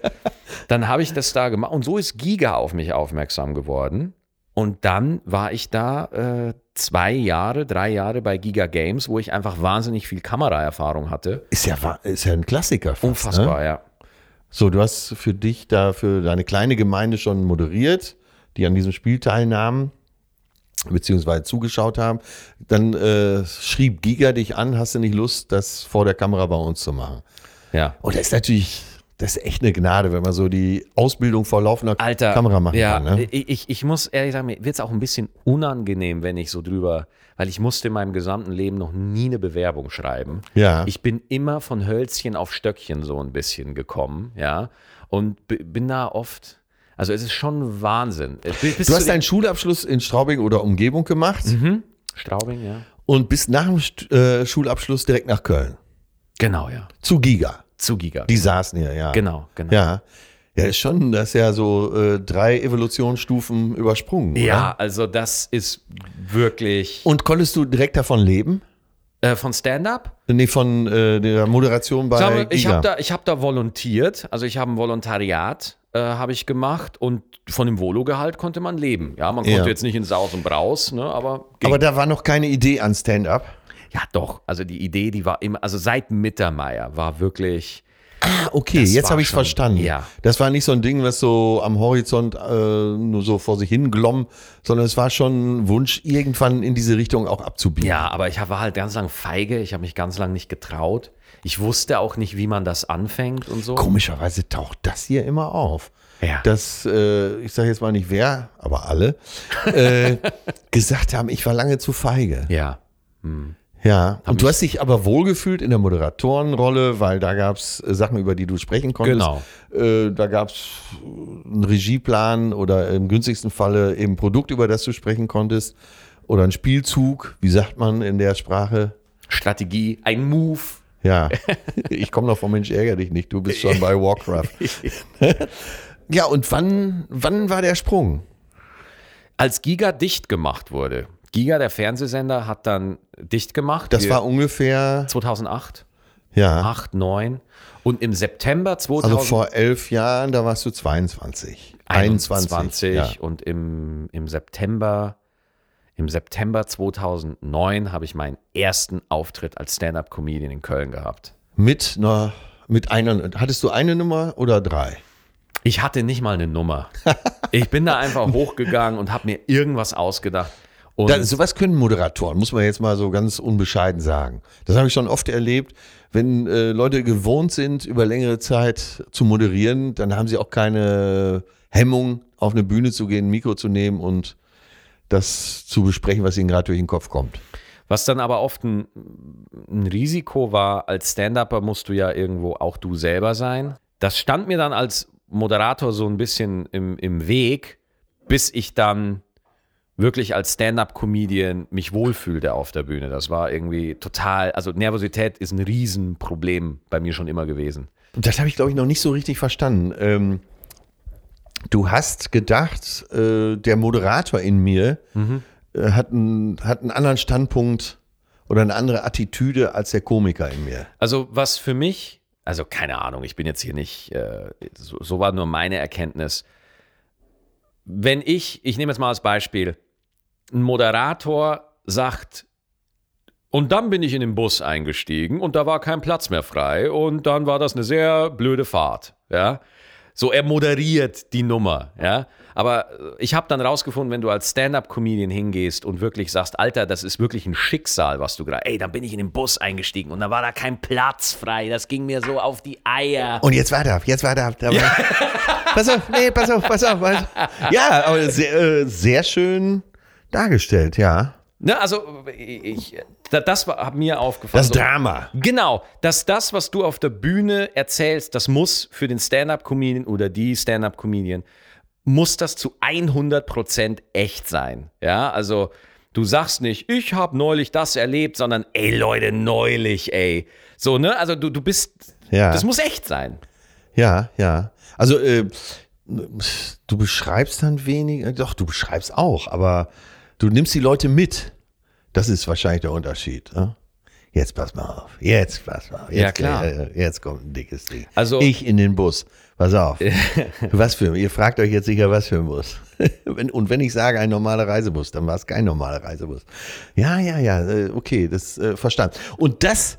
[SPEAKER 2] dann habe ich das da gemacht. Und so ist Giga auf mich aufmerksam geworden. Und dann war ich da äh, zwei Jahre, drei Jahre bei Giga Games, wo ich einfach wahnsinnig viel Kameraerfahrung hatte.
[SPEAKER 1] Ist ja, wa- ist ja ein Klassiker. Fast,
[SPEAKER 2] Unfassbar, ja.
[SPEAKER 1] Ne? So, du hast für dich da, für deine kleine Gemeinde schon moderiert, die an diesem Spiel teilnahmen, beziehungsweise zugeschaut haben. Dann äh, schrieb Giga dich an, hast du nicht Lust, das vor der Kamera bei uns zu machen?
[SPEAKER 2] Ja.
[SPEAKER 1] Und das ist natürlich, das ist echt eine Gnade, wenn man so die Ausbildung vor laufender
[SPEAKER 2] Alter,
[SPEAKER 1] Kamera machen
[SPEAKER 2] ja,
[SPEAKER 1] kann. Ne?
[SPEAKER 2] ich, ich, ich muss ehrlich sagen, mir wird es auch ein bisschen unangenehm, wenn ich so drüber, weil ich musste in meinem gesamten Leben noch nie eine Bewerbung schreiben.
[SPEAKER 1] Ja.
[SPEAKER 2] Ich bin immer von Hölzchen auf Stöckchen so ein bisschen gekommen, ja, und b- bin da oft, also es ist schon Wahnsinn. Äh, bis- bis
[SPEAKER 1] Du
[SPEAKER 2] zu
[SPEAKER 1] hast
[SPEAKER 2] den-
[SPEAKER 1] deinen Schulabschluss in Straubing oder Umgebung gemacht
[SPEAKER 2] Mhm. Straubing, ja.
[SPEAKER 1] und bist nach dem St äh, Schulabschluss direkt nach Köln.
[SPEAKER 2] Genau, ja.
[SPEAKER 1] Zu Giga.
[SPEAKER 2] Zu Giga.
[SPEAKER 1] Die saßen hier, ja.
[SPEAKER 2] genau, genau.
[SPEAKER 1] Ja. Ja, ist schon, das ist ja so äh, drei Evolutionsstufen übersprungen.
[SPEAKER 2] Ja,
[SPEAKER 1] Oder?
[SPEAKER 2] also das ist wirklich
[SPEAKER 1] Und konntest du direkt davon leben?
[SPEAKER 2] äh, von Stand-up.
[SPEAKER 1] Nee, von äh, der Moderation bei
[SPEAKER 2] Sag mal, ich
[SPEAKER 1] Giga.
[SPEAKER 2] habe da, ich hab da volontiert, also ich habe ein Volontariat äh, habe ich gemacht und von dem Vologehalt konnte man leben. Ja, man konnte
[SPEAKER 1] Ja.
[SPEAKER 2] jetzt nicht in Saus und Braus, ne, aber, ging.
[SPEAKER 1] Aber da war noch keine Idee an Stand-up.
[SPEAKER 2] ja doch, also die Idee, die war immer, also seit Mittermeier war wirklich,
[SPEAKER 1] Ah, okay,
[SPEAKER 2] Das
[SPEAKER 1] jetzt
[SPEAKER 2] war
[SPEAKER 1] habe ich es
[SPEAKER 2] schon-
[SPEAKER 1] verstanden.
[SPEAKER 2] ja.
[SPEAKER 1] Das war nicht so ein Ding, was so am Horizont äh, nur so vor sich hin glomm, sondern es war schon ein Wunsch, irgendwann in diese Richtung auch abzubiegen.
[SPEAKER 2] ja, aber ich hab- war halt ganz lang feige, ich habe mich ganz lang nicht getraut. Ich wusste auch nicht, wie man das anfängt und so.
[SPEAKER 1] Komischerweise taucht das hier immer auf.
[SPEAKER 2] Ja.
[SPEAKER 1] Dass, äh, ich sage jetzt mal nicht wer, aber alle,
[SPEAKER 2] *laughs*
[SPEAKER 1] äh, gesagt haben, ich war lange zu feige.
[SPEAKER 2] Ja.
[SPEAKER 1] Ja. Und du hast dich aber wohlgefühlt in der Moderatorenrolle, weil da gab es Sachen, über die du sprechen konntest.
[SPEAKER 2] Genau.
[SPEAKER 1] Äh, da gab es einen Regieplan oder im günstigsten Falle eben ein Produkt, über das du sprechen konntest. Oder einen Spielzug, wie sagt man in der Sprache?
[SPEAKER 2] Strategie, ein Move. *laughs*
[SPEAKER 1] Ja, ich komme noch vom Mensch ärger dich nicht, du bist schon bei
[SPEAKER 2] *laughs*
[SPEAKER 1] Warcraft. ja, und wann, wann war der Sprung?
[SPEAKER 2] Als Giga dicht gemacht wurde, Giga, der Fernsehsender, hat dann dicht gemacht.
[SPEAKER 1] Das
[SPEAKER 2] Wir-
[SPEAKER 1] war ungefähr,
[SPEAKER 2] 2008.
[SPEAKER 1] ja,
[SPEAKER 2] 8, 9. Und im September
[SPEAKER 1] also
[SPEAKER 2] 2021
[SPEAKER 1] vor elf Jahren, da warst du 22. 21. Ja.
[SPEAKER 2] und im, im September im September 2009 habe ich meinen ersten Auftritt als Stand-up-Comedian in Köln gehabt.
[SPEAKER 1] Mit einer, mit einer, hattest du eine Nummer oder drei?
[SPEAKER 2] Ich hatte nicht mal eine Nummer. Ich bin da einfach hochgegangen und habe mir irgendwas ausgedacht. Und
[SPEAKER 1] Da, sowas können Moderatoren, muss man jetzt mal so ganz unbescheiden sagen. Das habe ich schon oft erlebt. Wenn äh, Leute gewohnt sind, über längere Zeit zu moderieren, dann haben sie auch keine Hemmung, auf eine Bühne zu gehen, ein Mikro zu nehmen und das zu besprechen, was ihnen gerade durch den Kopf kommt.
[SPEAKER 2] Was dann aber oft ein, ein Risiko war, als Stand-Upper musst du ja irgendwo auch du selber sein. Das stand mir dann als Moderator so ein bisschen im, im Weg, bis ich dann wirklich als Stand-Up-Comedian mich wohlfühlte auf der Bühne. Das war irgendwie total, also Nervosität ist ein Riesenproblem bei mir schon immer gewesen.
[SPEAKER 1] Und das habe ich, glaube ich, noch nicht so richtig verstanden. Ähm, du hast gedacht, äh, der Moderator in mir äh, hat, einen, hat einen anderen Standpunkt oder eine andere Attitüde als der Komiker in mir.
[SPEAKER 2] Also was für mich, also keine Ahnung, ich bin jetzt hier nicht, äh, so, so war nur meine Erkenntnis. Wenn ich, ich nehme jetzt mal als Beispiel, ein Moderator sagt, und dann bin ich in den Bus eingestiegen und da war kein Platz mehr frei und dann war das eine sehr blöde Fahrt, ja. So, er moderiert die Nummer, ja. Aber äh, ich habe dann rausgefunden, wenn du als Stand-Up-Comedian hingehst und wirklich sagst, Alter, das ist wirklich ein Schicksal, was du gerade, ey, dann bin ich in den Bus eingestiegen und da war da kein Platz frei, das ging mir so auf die Eier.
[SPEAKER 1] Und jetzt warte ab, jetzt warte ab. Da war- Pass auf, nee, pass auf, pass auf. Pass auf. Ja, aber sehr, äh, sehr schön dargestellt, ja.
[SPEAKER 2] Ne, also, ich, da- das war, hat mir aufgefallen.
[SPEAKER 1] Das
[SPEAKER 2] So,
[SPEAKER 1] Drama.
[SPEAKER 2] Genau, dass das, was du auf der Bühne erzählst, das muss für den Stand-Up-Comedian oder die Stand-Up-Comedian, muss das zu 100% echt sein. Ja, also du sagst nicht, ich habe neulich das erlebt, sondern ey Leute, neulich, ey. So, ne? Also du, du bist,
[SPEAKER 1] Ja.
[SPEAKER 2] das muss echt sein.
[SPEAKER 1] Ja, ja. Also äh, du beschreibst dann wenig, äh, doch, du beschreibst auch, aber du nimmst die Leute mit. Das ist wahrscheinlich der Unterschied. Ne? Jetzt pass mal auf. Jetzt pass mal auf. Jetzt,
[SPEAKER 2] Ja, klar.
[SPEAKER 1] äh, Jetzt kommt ein dickes Ding.
[SPEAKER 2] Also-
[SPEAKER 1] ich in den Bus. Pass auf. *laughs* was für ein Ihr fragt euch jetzt sicher, was für ein Bus. *laughs* Wenn- Und wenn ich sage, ein normaler Reisebus, dann war es kein normaler Reisebus. Ja, ja, ja. äh, Okay, das äh, verstanden. Und das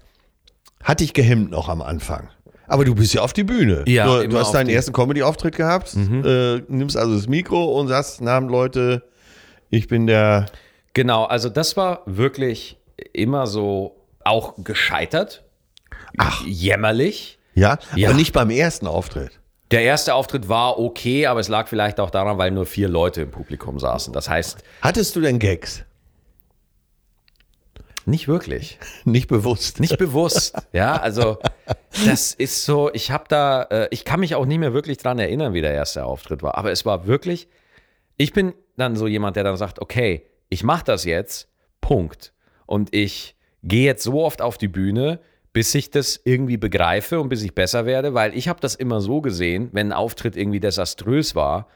[SPEAKER 1] hatte ich gehemmt noch am Anfang. Aber du bist ja auf die Bühne.
[SPEAKER 2] Ja,
[SPEAKER 1] du, du
[SPEAKER 2] immer
[SPEAKER 1] hast
[SPEAKER 2] auf
[SPEAKER 1] deinen
[SPEAKER 2] die- Mhm.
[SPEAKER 1] ersten Comedy-Auftritt gehabt, äh, nimmst also das Mikro und sagst, Namen Leute, ich bin der.
[SPEAKER 2] Genau, also das war wirklich immer so auch gescheitert. Ach. Jämmerlich.
[SPEAKER 1] Ja,
[SPEAKER 2] Ja.
[SPEAKER 1] aber nicht beim ersten Auftritt.
[SPEAKER 2] Der erste Auftritt war okay, aber es lag vielleicht auch daran, weil nur vier Leute im Publikum saßen. Das heißt,
[SPEAKER 1] Hattest du denn Gags? *laughs*
[SPEAKER 2] nicht wirklich.
[SPEAKER 1] Nicht bewusst.
[SPEAKER 2] Nicht bewusst. ja, also das ist so, ich habe da, äh, ich kann mich auch nicht mehr wirklich dran erinnern, wie der erste Auftritt war. Aber es war wirklich, ich bin dann so jemand, der dann sagt, okay, ich mache das jetzt, Punkt. Und ich gehe jetzt so oft auf die Bühne, bis ich das irgendwie begreife und bis ich besser werde, weil ich habe das immer so gesehen, wenn ein Auftritt irgendwie desaströs war,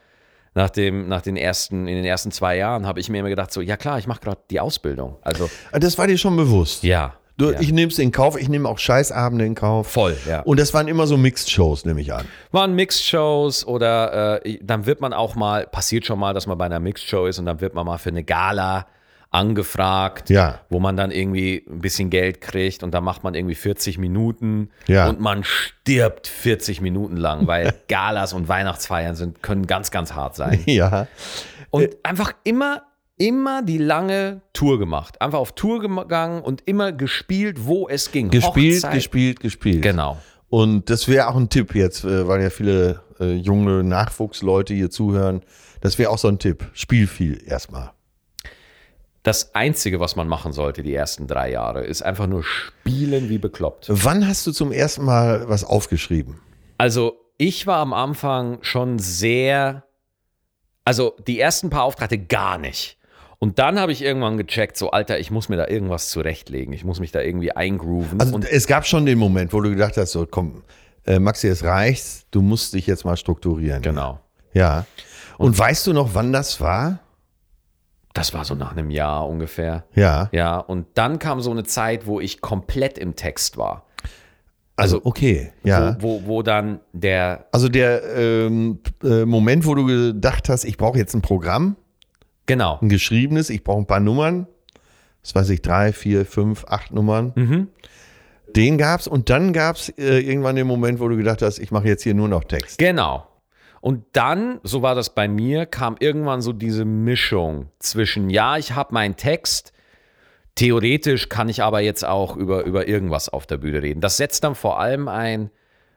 [SPEAKER 2] nach, dem, nach den ersten, in den ersten zwei Jahren habe ich mir immer gedacht, so, ja klar, ich mache gerade die Ausbildung. Also,
[SPEAKER 1] Ah, Das war dir schon bewusst.
[SPEAKER 2] ja.
[SPEAKER 1] Du,
[SPEAKER 2] ja.
[SPEAKER 1] Ich nehme es in Kauf, ich nehme auch Scheißabende in Kauf.
[SPEAKER 2] Voll, ja.
[SPEAKER 1] Und das waren immer so Mixed-Shows, nehme ich an.
[SPEAKER 2] waren Mixed-Shows oder äh, dann wird man auch mal, passiert schon mal, dass man bei einer Mixed-Show ist und dann wird man mal für eine Gala angefragt,
[SPEAKER 1] Ja. *laughs*
[SPEAKER 2] wo man dann irgendwie ein bisschen Geld kriegt und dann macht man irgendwie 40 Minuten
[SPEAKER 1] Ja.
[SPEAKER 2] und man stirbt 40 Minuten
[SPEAKER 1] *laughs*
[SPEAKER 2] lang, weil Galas und Weihnachtsfeiern sind, können ganz, ganz hart sein.
[SPEAKER 1] Ja.
[SPEAKER 2] Und einfach immer, immer die lange Tour gemacht. Einfach auf Tour gegangen und immer gespielt, wo es ging.
[SPEAKER 1] Gespielt,
[SPEAKER 2] Hochzeit.
[SPEAKER 1] gespielt, gespielt.
[SPEAKER 2] Genau.
[SPEAKER 1] Und das wäre auch ein Tipp jetzt, äh, weil ja viele äh, junge Nachwuchsleute hier zuhören. Das wäre auch so ein Tipp. Spiel viel erstmal.
[SPEAKER 2] Das Einzige, was man machen sollte die ersten drei Jahre, ist einfach nur spielen wie bekloppt.
[SPEAKER 1] Wann hast du zum ersten Mal was aufgeschrieben?
[SPEAKER 2] Also ich war am Anfang schon sehr, also die ersten paar Auftritte gar nicht. Und dann habe ich irgendwann gecheckt, so Alter, ich muss mir da irgendwas zurechtlegen. Ich muss mich da irgendwie eingrooven.
[SPEAKER 1] Also
[SPEAKER 2] und
[SPEAKER 1] es gab schon den Moment, wo du gedacht hast, so komm, äh, Maxi, es reicht, du musst dich jetzt mal strukturieren.
[SPEAKER 2] genau.
[SPEAKER 1] Ja. Und, weißt du noch, wann das war?
[SPEAKER 2] Das war so nach einem Jahr ungefähr.
[SPEAKER 1] Ja.
[SPEAKER 2] Ja, und dann kam so eine Zeit, wo ich komplett im Text war.
[SPEAKER 1] Also okay. Ja.
[SPEAKER 2] Wo, wo, wo dann der
[SPEAKER 1] also der ähm, äh, Moment, wo du gedacht hast, ich brauche jetzt ein Programm,
[SPEAKER 2] Genau.
[SPEAKER 1] ein geschriebenes, ich brauche ein paar Nummern. Was weiß ich, drei, vier, fünf, acht Nummern.
[SPEAKER 2] Mhm.
[SPEAKER 1] Den gab's und dann gab's äh, irgendwann den Moment, wo du gedacht hast, ich mache jetzt hier nur noch Text.
[SPEAKER 2] Genau. Und dann, so war das bei mir, kam irgendwann so diese Mischung zwischen, ja, ich habe meinen Text, theoretisch kann ich aber jetzt auch über, über irgendwas auf der Bühne reden. Das setzt dann vor allem ein,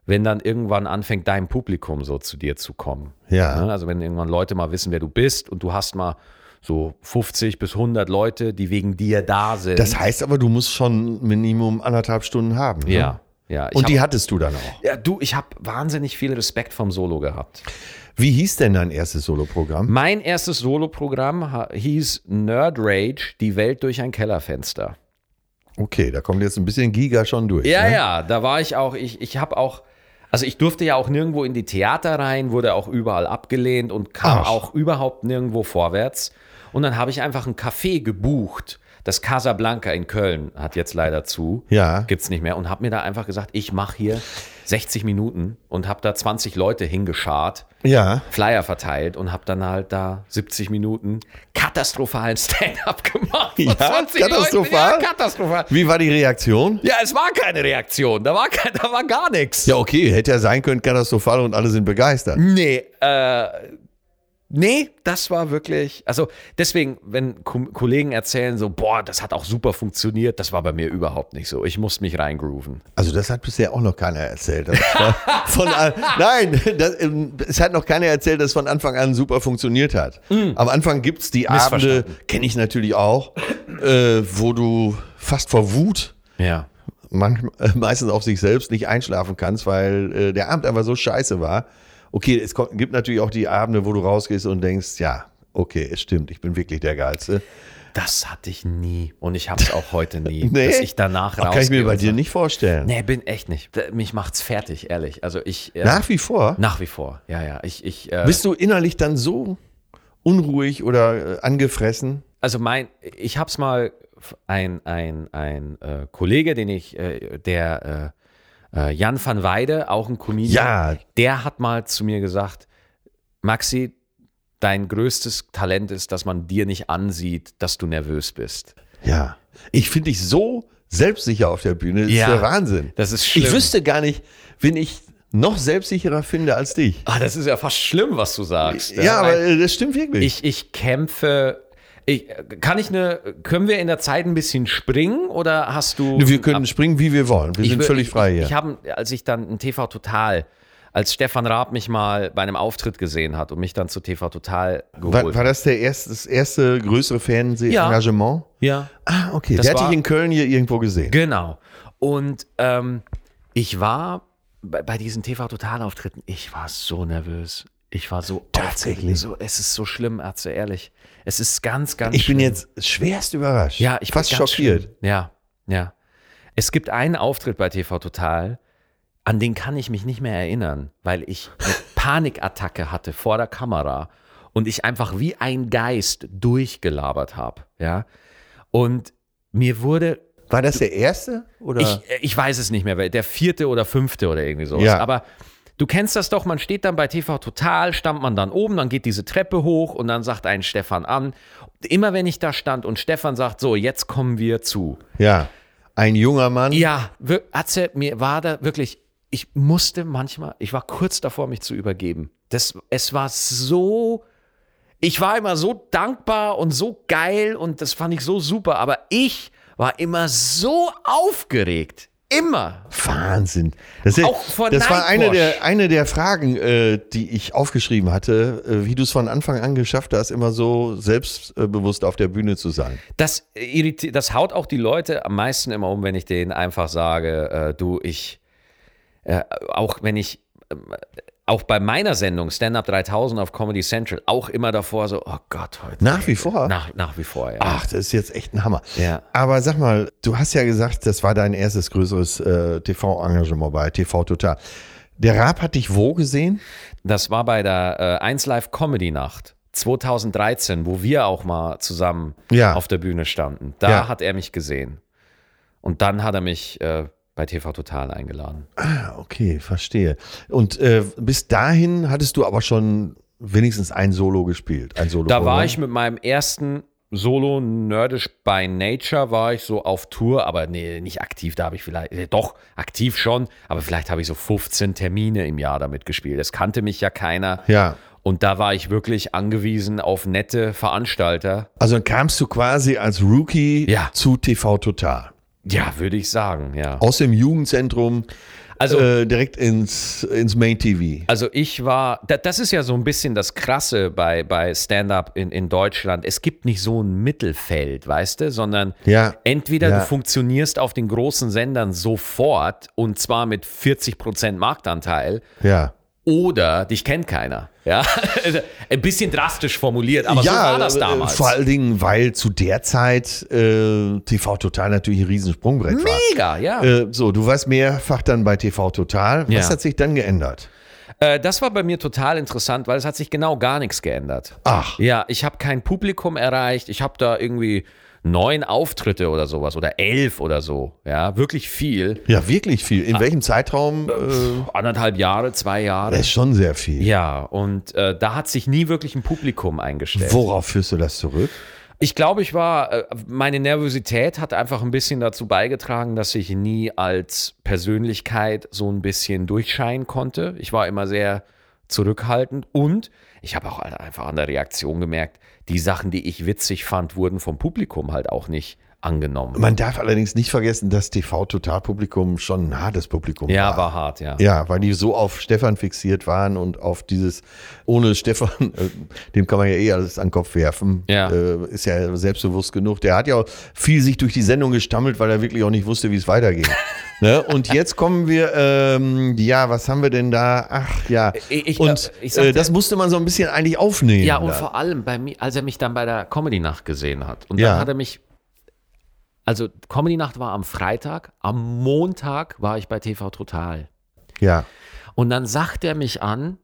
[SPEAKER 2] wenn dann irgendwann anfängt, dein Publikum so zu dir zu kommen.
[SPEAKER 1] Ja.
[SPEAKER 2] Ne? Also wenn irgendwann Leute mal wissen, wer du bist und du hast mal so 50 bis 100 Leute, die wegen dir da sind.
[SPEAKER 1] Das heißt aber, du musst schon Minimum anderthalb Stunden haben. Ne?
[SPEAKER 2] ja, ja. Ich
[SPEAKER 1] Und die
[SPEAKER 2] hab,
[SPEAKER 1] hattest du dann auch.
[SPEAKER 2] ja, du, ich habe wahnsinnig viel Respekt vom Solo gehabt.
[SPEAKER 1] Wie hieß denn dein erstes Soloprogramm?
[SPEAKER 2] Mein erstes Soloprogramm ha- hieß Nerd Rage, die Welt durch ein Kellerfenster.
[SPEAKER 1] Okay, da kommt jetzt ein bisschen Giga schon durch.
[SPEAKER 2] Ja,
[SPEAKER 1] ne?
[SPEAKER 2] ja, da war ich auch, ich, ich habe auch, also ich durfte ja auch nirgendwo in die Theater rein, wurde auch überall abgelehnt und kam
[SPEAKER 1] Ach.
[SPEAKER 2] auch überhaupt nirgendwo vorwärts. Und dann habe ich einfach ein Café gebucht. Das Casablanca in Köln hat jetzt leider zu.
[SPEAKER 1] Ja.
[SPEAKER 2] Gibt's nicht mehr. Und habe mir da einfach gesagt, ich mache hier 60 Minuten und habe da 20 Leute hingeschart.
[SPEAKER 1] Ja.
[SPEAKER 2] Flyer verteilt und habe dann halt da 70 Minuten katastrophalen Stand-up gemacht. Von
[SPEAKER 1] Ja,
[SPEAKER 2] Leuten.
[SPEAKER 1] katastrophal?
[SPEAKER 2] Ja, katastrophal.
[SPEAKER 1] Wie war die Reaktion?
[SPEAKER 2] Ja, es war keine Reaktion. Da war, kein, da war gar nichts.
[SPEAKER 1] Ja, okay, hätte ja sein können, katastrophal und alle sind begeistert.
[SPEAKER 2] Nee, äh, nee, das war wirklich. Also deswegen, wenn Ko Kollegen erzählen, so, boah, das hat auch super funktioniert, das war bei mir überhaupt nicht so. Ich musste mich reingrooven.
[SPEAKER 1] Also das hat bisher auch noch keiner erzählt. dass Von,
[SPEAKER 2] *laughs*
[SPEAKER 1] von, an- nein, das, ähm, es hat noch keiner erzählt, dass es von Anfang an super funktioniert hat. Am Anfang gibt es die Abende,
[SPEAKER 2] Mhm. Missverstanden.
[SPEAKER 1] kenne ich natürlich auch, äh, wo du fast vor Wut
[SPEAKER 2] Ja.
[SPEAKER 1] manchmal, äh, meistens auf sich selbst nicht einschlafen kannst, weil äh, der Abend einfach so scheiße war. Okay, es kommt, gibt natürlich auch die Abende, wo du rausgehst und denkst, ja, okay, es stimmt, ich bin wirklich der Geilste.
[SPEAKER 2] Das hatte ich nie. Und ich habe es auch heute nie,
[SPEAKER 1] *laughs* Nee.
[SPEAKER 2] dass ich danach rausgehe.
[SPEAKER 1] Kann ich mir bei
[SPEAKER 2] und
[SPEAKER 1] dir
[SPEAKER 2] sag,
[SPEAKER 1] nicht vorstellen.
[SPEAKER 2] Nee, bin echt nicht. Da- Mich macht's fertig, ehrlich. Also ich. äh,
[SPEAKER 1] Nach wie vor
[SPEAKER 2] Nach wie vor, ja, ja. Ich, ich, äh,
[SPEAKER 1] bist du innerlich dann so unruhig oder äh, angefressen.
[SPEAKER 2] also mein, ich hab's mal f- ein, ein, ein äh, Kollege, den ich, äh, der äh, äh, Jan van Weide, auch ein Comedian,
[SPEAKER 1] Ja.
[SPEAKER 2] der hat mal zu mir gesagt, Maxi, dein größtes Talent ist, dass man dir nicht ansieht, dass du nervös bist.
[SPEAKER 1] Ja. Ich finde dich so selbstsicher auf der Bühne. Das
[SPEAKER 2] Ja.
[SPEAKER 1] ist der Wahnsinn.
[SPEAKER 2] Das ist schlimm.
[SPEAKER 1] Ich wüsste gar nicht, wen ich noch selbstsicherer finde als dich.
[SPEAKER 2] Ah, das ist ja fast schlimm, was du sagst.
[SPEAKER 1] Ja, aber äh, das stimmt wirklich.
[SPEAKER 2] Ich, ich kämpfe. Ich, kann ich eine. Können wir in der Zeit ein bisschen springen oder hast du.
[SPEAKER 1] wir können springen, wie wir wollen. Wir
[SPEAKER 2] Ich
[SPEAKER 1] sind
[SPEAKER 2] wür-
[SPEAKER 1] völlig frei
[SPEAKER 2] ich,
[SPEAKER 1] hier.
[SPEAKER 2] Ich habe, als ich dann in TV Total, als Stefan Raab mich mal bei einem Auftritt gesehen hat und mich dann zu TV Total
[SPEAKER 1] war,
[SPEAKER 2] geholt
[SPEAKER 1] war das der erste, das erste größere Fernseh-Engagement?
[SPEAKER 2] Ja.
[SPEAKER 1] Ah, okay.
[SPEAKER 2] Das
[SPEAKER 1] der hat
[SPEAKER 2] war-
[SPEAKER 1] dich in Köln hier irgendwo gesehen.
[SPEAKER 2] Genau. Und ähm, ich war bei, bei diesen TV-Total-Auftritten, ich war so nervös. Ich war so
[SPEAKER 1] Tatsächlich?
[SPEAKER 2] aufgeregt. So, es ist so schlimm, Ärzte, ehrlich. Es ist ganz, ganz
[SPEAKER 1] Ich bin
[SPEAKER 2] schlimm.
[SPEAKER 1] jetzt schwerst überrascht.
[SPEAKER 2] ja, ich war
[SPEAKER 1] fast
[SPEAKER 2] ganz
[SPEAKER 1] schockiert.
[SPEAKER 2] Schlimm. Ja, ja. Es gibt einen Auftritt bei TV Total, an den kann ich mich nicht mehr erinnern, weil ich eine Panikattacke hatte vor der Kamera und ich einfach wie ein Geist durchgelabert habe. Ja. Und mir wurde
[SPEAKER 1] War das der erste? Oder?
[SPEAKER 2] ich, ich weiß es nicht mehr, weil der vierte oder fünfte oder irgendwie sowas.
[SPEAKER 1] Ja.
[SPEAKER 2] Aber du kennst das doch, man steht dann bei TV Total, stammt man dann oben, dann geht diese Treppe hoch und dann sagt einen Stefan an. Immer wenn ich da stand und Stefan sagt, so, jetzt kommen wir zu.
[SPEAKER 1] ja. Ein junger Mann.
[SPEAKER 2] Ja, wir- Atze, mir war da wirklich, ich musste manchmal, ich war kurz davor, mich zu übergeben. Das, es war so, ich war immer so dankbar und so geil und das fand ich so super, aber ich war immer so aufgeregt. Immer.
[SPEAKER 1] Wahnsinn. Das, ist,
[SPEAKER 2] Auch vor
[SPEAKER 1] das war
[SPEAKER 2] Nightwash.
[SPEAKER 1] eine der, eine der Fragen, äh, die ich aufgeschrieben hatte, äh, wie du es von Anfang an geschafft hast, immer so selbstbewusst auf der Bühne zu sein.
[SPEAKER 2] Das, irriti- das haut auch die Leute am meisten immer um, wenn ich denen einfach sage, äh, du, ich, äh, auch wenn ich, ähm, auch bei meiner Sendung Stand-Up 3000 auf Comedy Central, auch immer davor so, oh Gott, heute.
[SPEAKER 1] Nach wie vor.
[SPEAKER 2] Nach, nach wie vor, ja.
[SPEAKER 1] Ach, das ist jetzt echt ein Hammer.
[SPEAKER 2] Ja.
[SPEAKER 1] Aber sag mal, du hast ja gesagt, das war dein erstes größeres äh, TV-Engagement bei TV Total. Der Raab hat dich wo gesehen?
[SPEAKER 2] Das war bei der äh, 1 Live Comedy Nacht 2013, wo wir auch mal zusammen
[SPEAKER 1] Ja.
[SPEAKER 2] auf der Bühne standen. Da
[SPEAKER 1] Ja.
[SPEAKER 2] hat er mich gesehen. Und dann hat er mich äh, bei TV Total eingeladen.
[SPEAKER 1] Ah, okay, verstehe. Und äh, bis dahin hattest du aber schon wenigstens ein Solo gespielt. Ein Solo
[SPEAKER 2] Da war ich mit meinem ersten Solo Nerdish by Nature, war ich so auf Tour, aber nee, nicht aktiv, da habe ich vielleicht, äh, doch, aktiv schon, aber vielleicht habe ich so 15 Termine im Jahr damit gespielt. Es kannte mich ja keiner.
[SPEAKER 1] Ja.
[SPEAKER 2] Und da war ich wirklich angewiesen auf nette Veranstalter.
[SPEAKER 1] Also dann kamst du quasi als Rookie
[SPEAKER 2] Ja.
[SPEAKER 1] zu TV Total.
[SPEAKER 2] Ja, würde ich sagen, ja.
[SPEAKER 1] Aus dem Jugendzentrum
[SPEAKER 2] Also,
[SPEAKER 1] äh, direkt ins, ins Main TV.
[SPEAKER 2] also ich war, da, das ist ja so ein bisschen das Krasse bei, bei Stand-up in, in Deutschland. Es gibt nicht so ein Mittelfeld, weißt du, sondern
[SPEAKER 1] Ja.
[SPEAKER 2] entweder
[SPEAKER 1] Ja.
[SPEAKER 2] du funktionierst auf den großen Sendern sofort und zwar mit 40% Marktanteil
[SPEAKER 1] Ja.
[SPEAKER 2] oder dich kennt keiner. Ja, *laughs* Also, ein bisschen drastisch formuliert, aber so war das
[SPEAKER 1] äh,
[SPEAKER 2] damals.
[SPEAKER 1] Vor allen Dingen, weil zu der Zeit äh, TV Total natürlich ein Riesensprungbrett
[SPEAKER 2] Mega, ja.
[SPEAKER 1] war. Äh, so, du warst mehrfach dann bei TV Total. Was
[SPEAKER 2] Ja.
[SPEAKER 1] hat sich dann geändert?
[SPEAKER 2] Äh, das war bei mir total interessant, weil es hat sich genau gar nichts geändert.
[SPEAKER 1] Ach.
[SPEAKER 2] Ja, ich habe kein Publikum erreicht. Ich habe da irgendwie neun Auftritte oder sowas oder elf oder so. Ja, wirklich viel.
[SPEAKER 1] Ja, wirklich viel. In welchem Zeitraum? Äh,
[SPEAKER 2] Anderthalb Jahre, zwei
[SPEAKER 1] das
[SPEAKER 2] Jahre.
[SPEAKER 1] ist schon sehr viel.
[SPEAKER 2] Ja, und äh, da hat sich nie wirklich ein Publikum eingestellt.
[SPEAKER 1] Worauf führst du das zurück?
[SPEAKER 2] Ich glaube, ich war, äh, meine Nervosität hat einfach ein bisschen dazu beigetragen, dass ich nie als Persönlichkeit so ein bisschen durchscheinen konnte. Ich war immer sehr zurückhaltend und ich habe auch halt einfach an der Reaktion gemerkt, die Sachen, die ich witzig fand, wurden vom Publikum halt auch nicht angenommen.
[SPEAKER 1] Man darf allerdings nicht vergessen, das TV-Total-Publikum schon ein hartes Publikum
[SPEAKER 2] Ja,
[SPEAKER 1] war.
[SPEAKER 2] war hart, ja.
[SPEAKER 1] Ja, weil die so auf Stefan fixiert waren und auf dieses, ohne Stefan, *laughs* äh, dem kann man ja eh alles an den Kopf werfen.
[SPEAKER 2] Ja.
[SPEAKER 1] Äh, ist ja selbstbewusst genug. Der hat ja auch viel sich durch die Sendung gestammelt, weil er wirklich auch nicht wusste, wie es weitergeht.
[SPEAKER 2] *laughs*
[SPEAKER 1] ne? Und jetzt kommen wir, ähm, ja, was haben wir denn da? Ach ja.
[SPEAKER 2] Ich- ich-
[SPEAKER 1] und
[SPEAKER 2] ich
[SPEAKER 1] äh,
[SPEAKER 2] sagte-
[SPEAKER 1] das musste man so ein bisschen eigentlich aufnehmen.
[SPEAKER 2] Ja, und
[SPEAKER 1] dann.
[SPEAKER 2] vor allem bei mir, als er mich dann bei der Comedy-Nacht gesehen hat. Und
[SPEAKER 1] Ja.
[SPEAKER 2] dann hat er mich. Also, Comedy-Nacht war am Freitag, am Montag war ich bei TV Total.
[SPEAKER 1] ja.
[SPEAKER 2] Und dann sagt er mich an,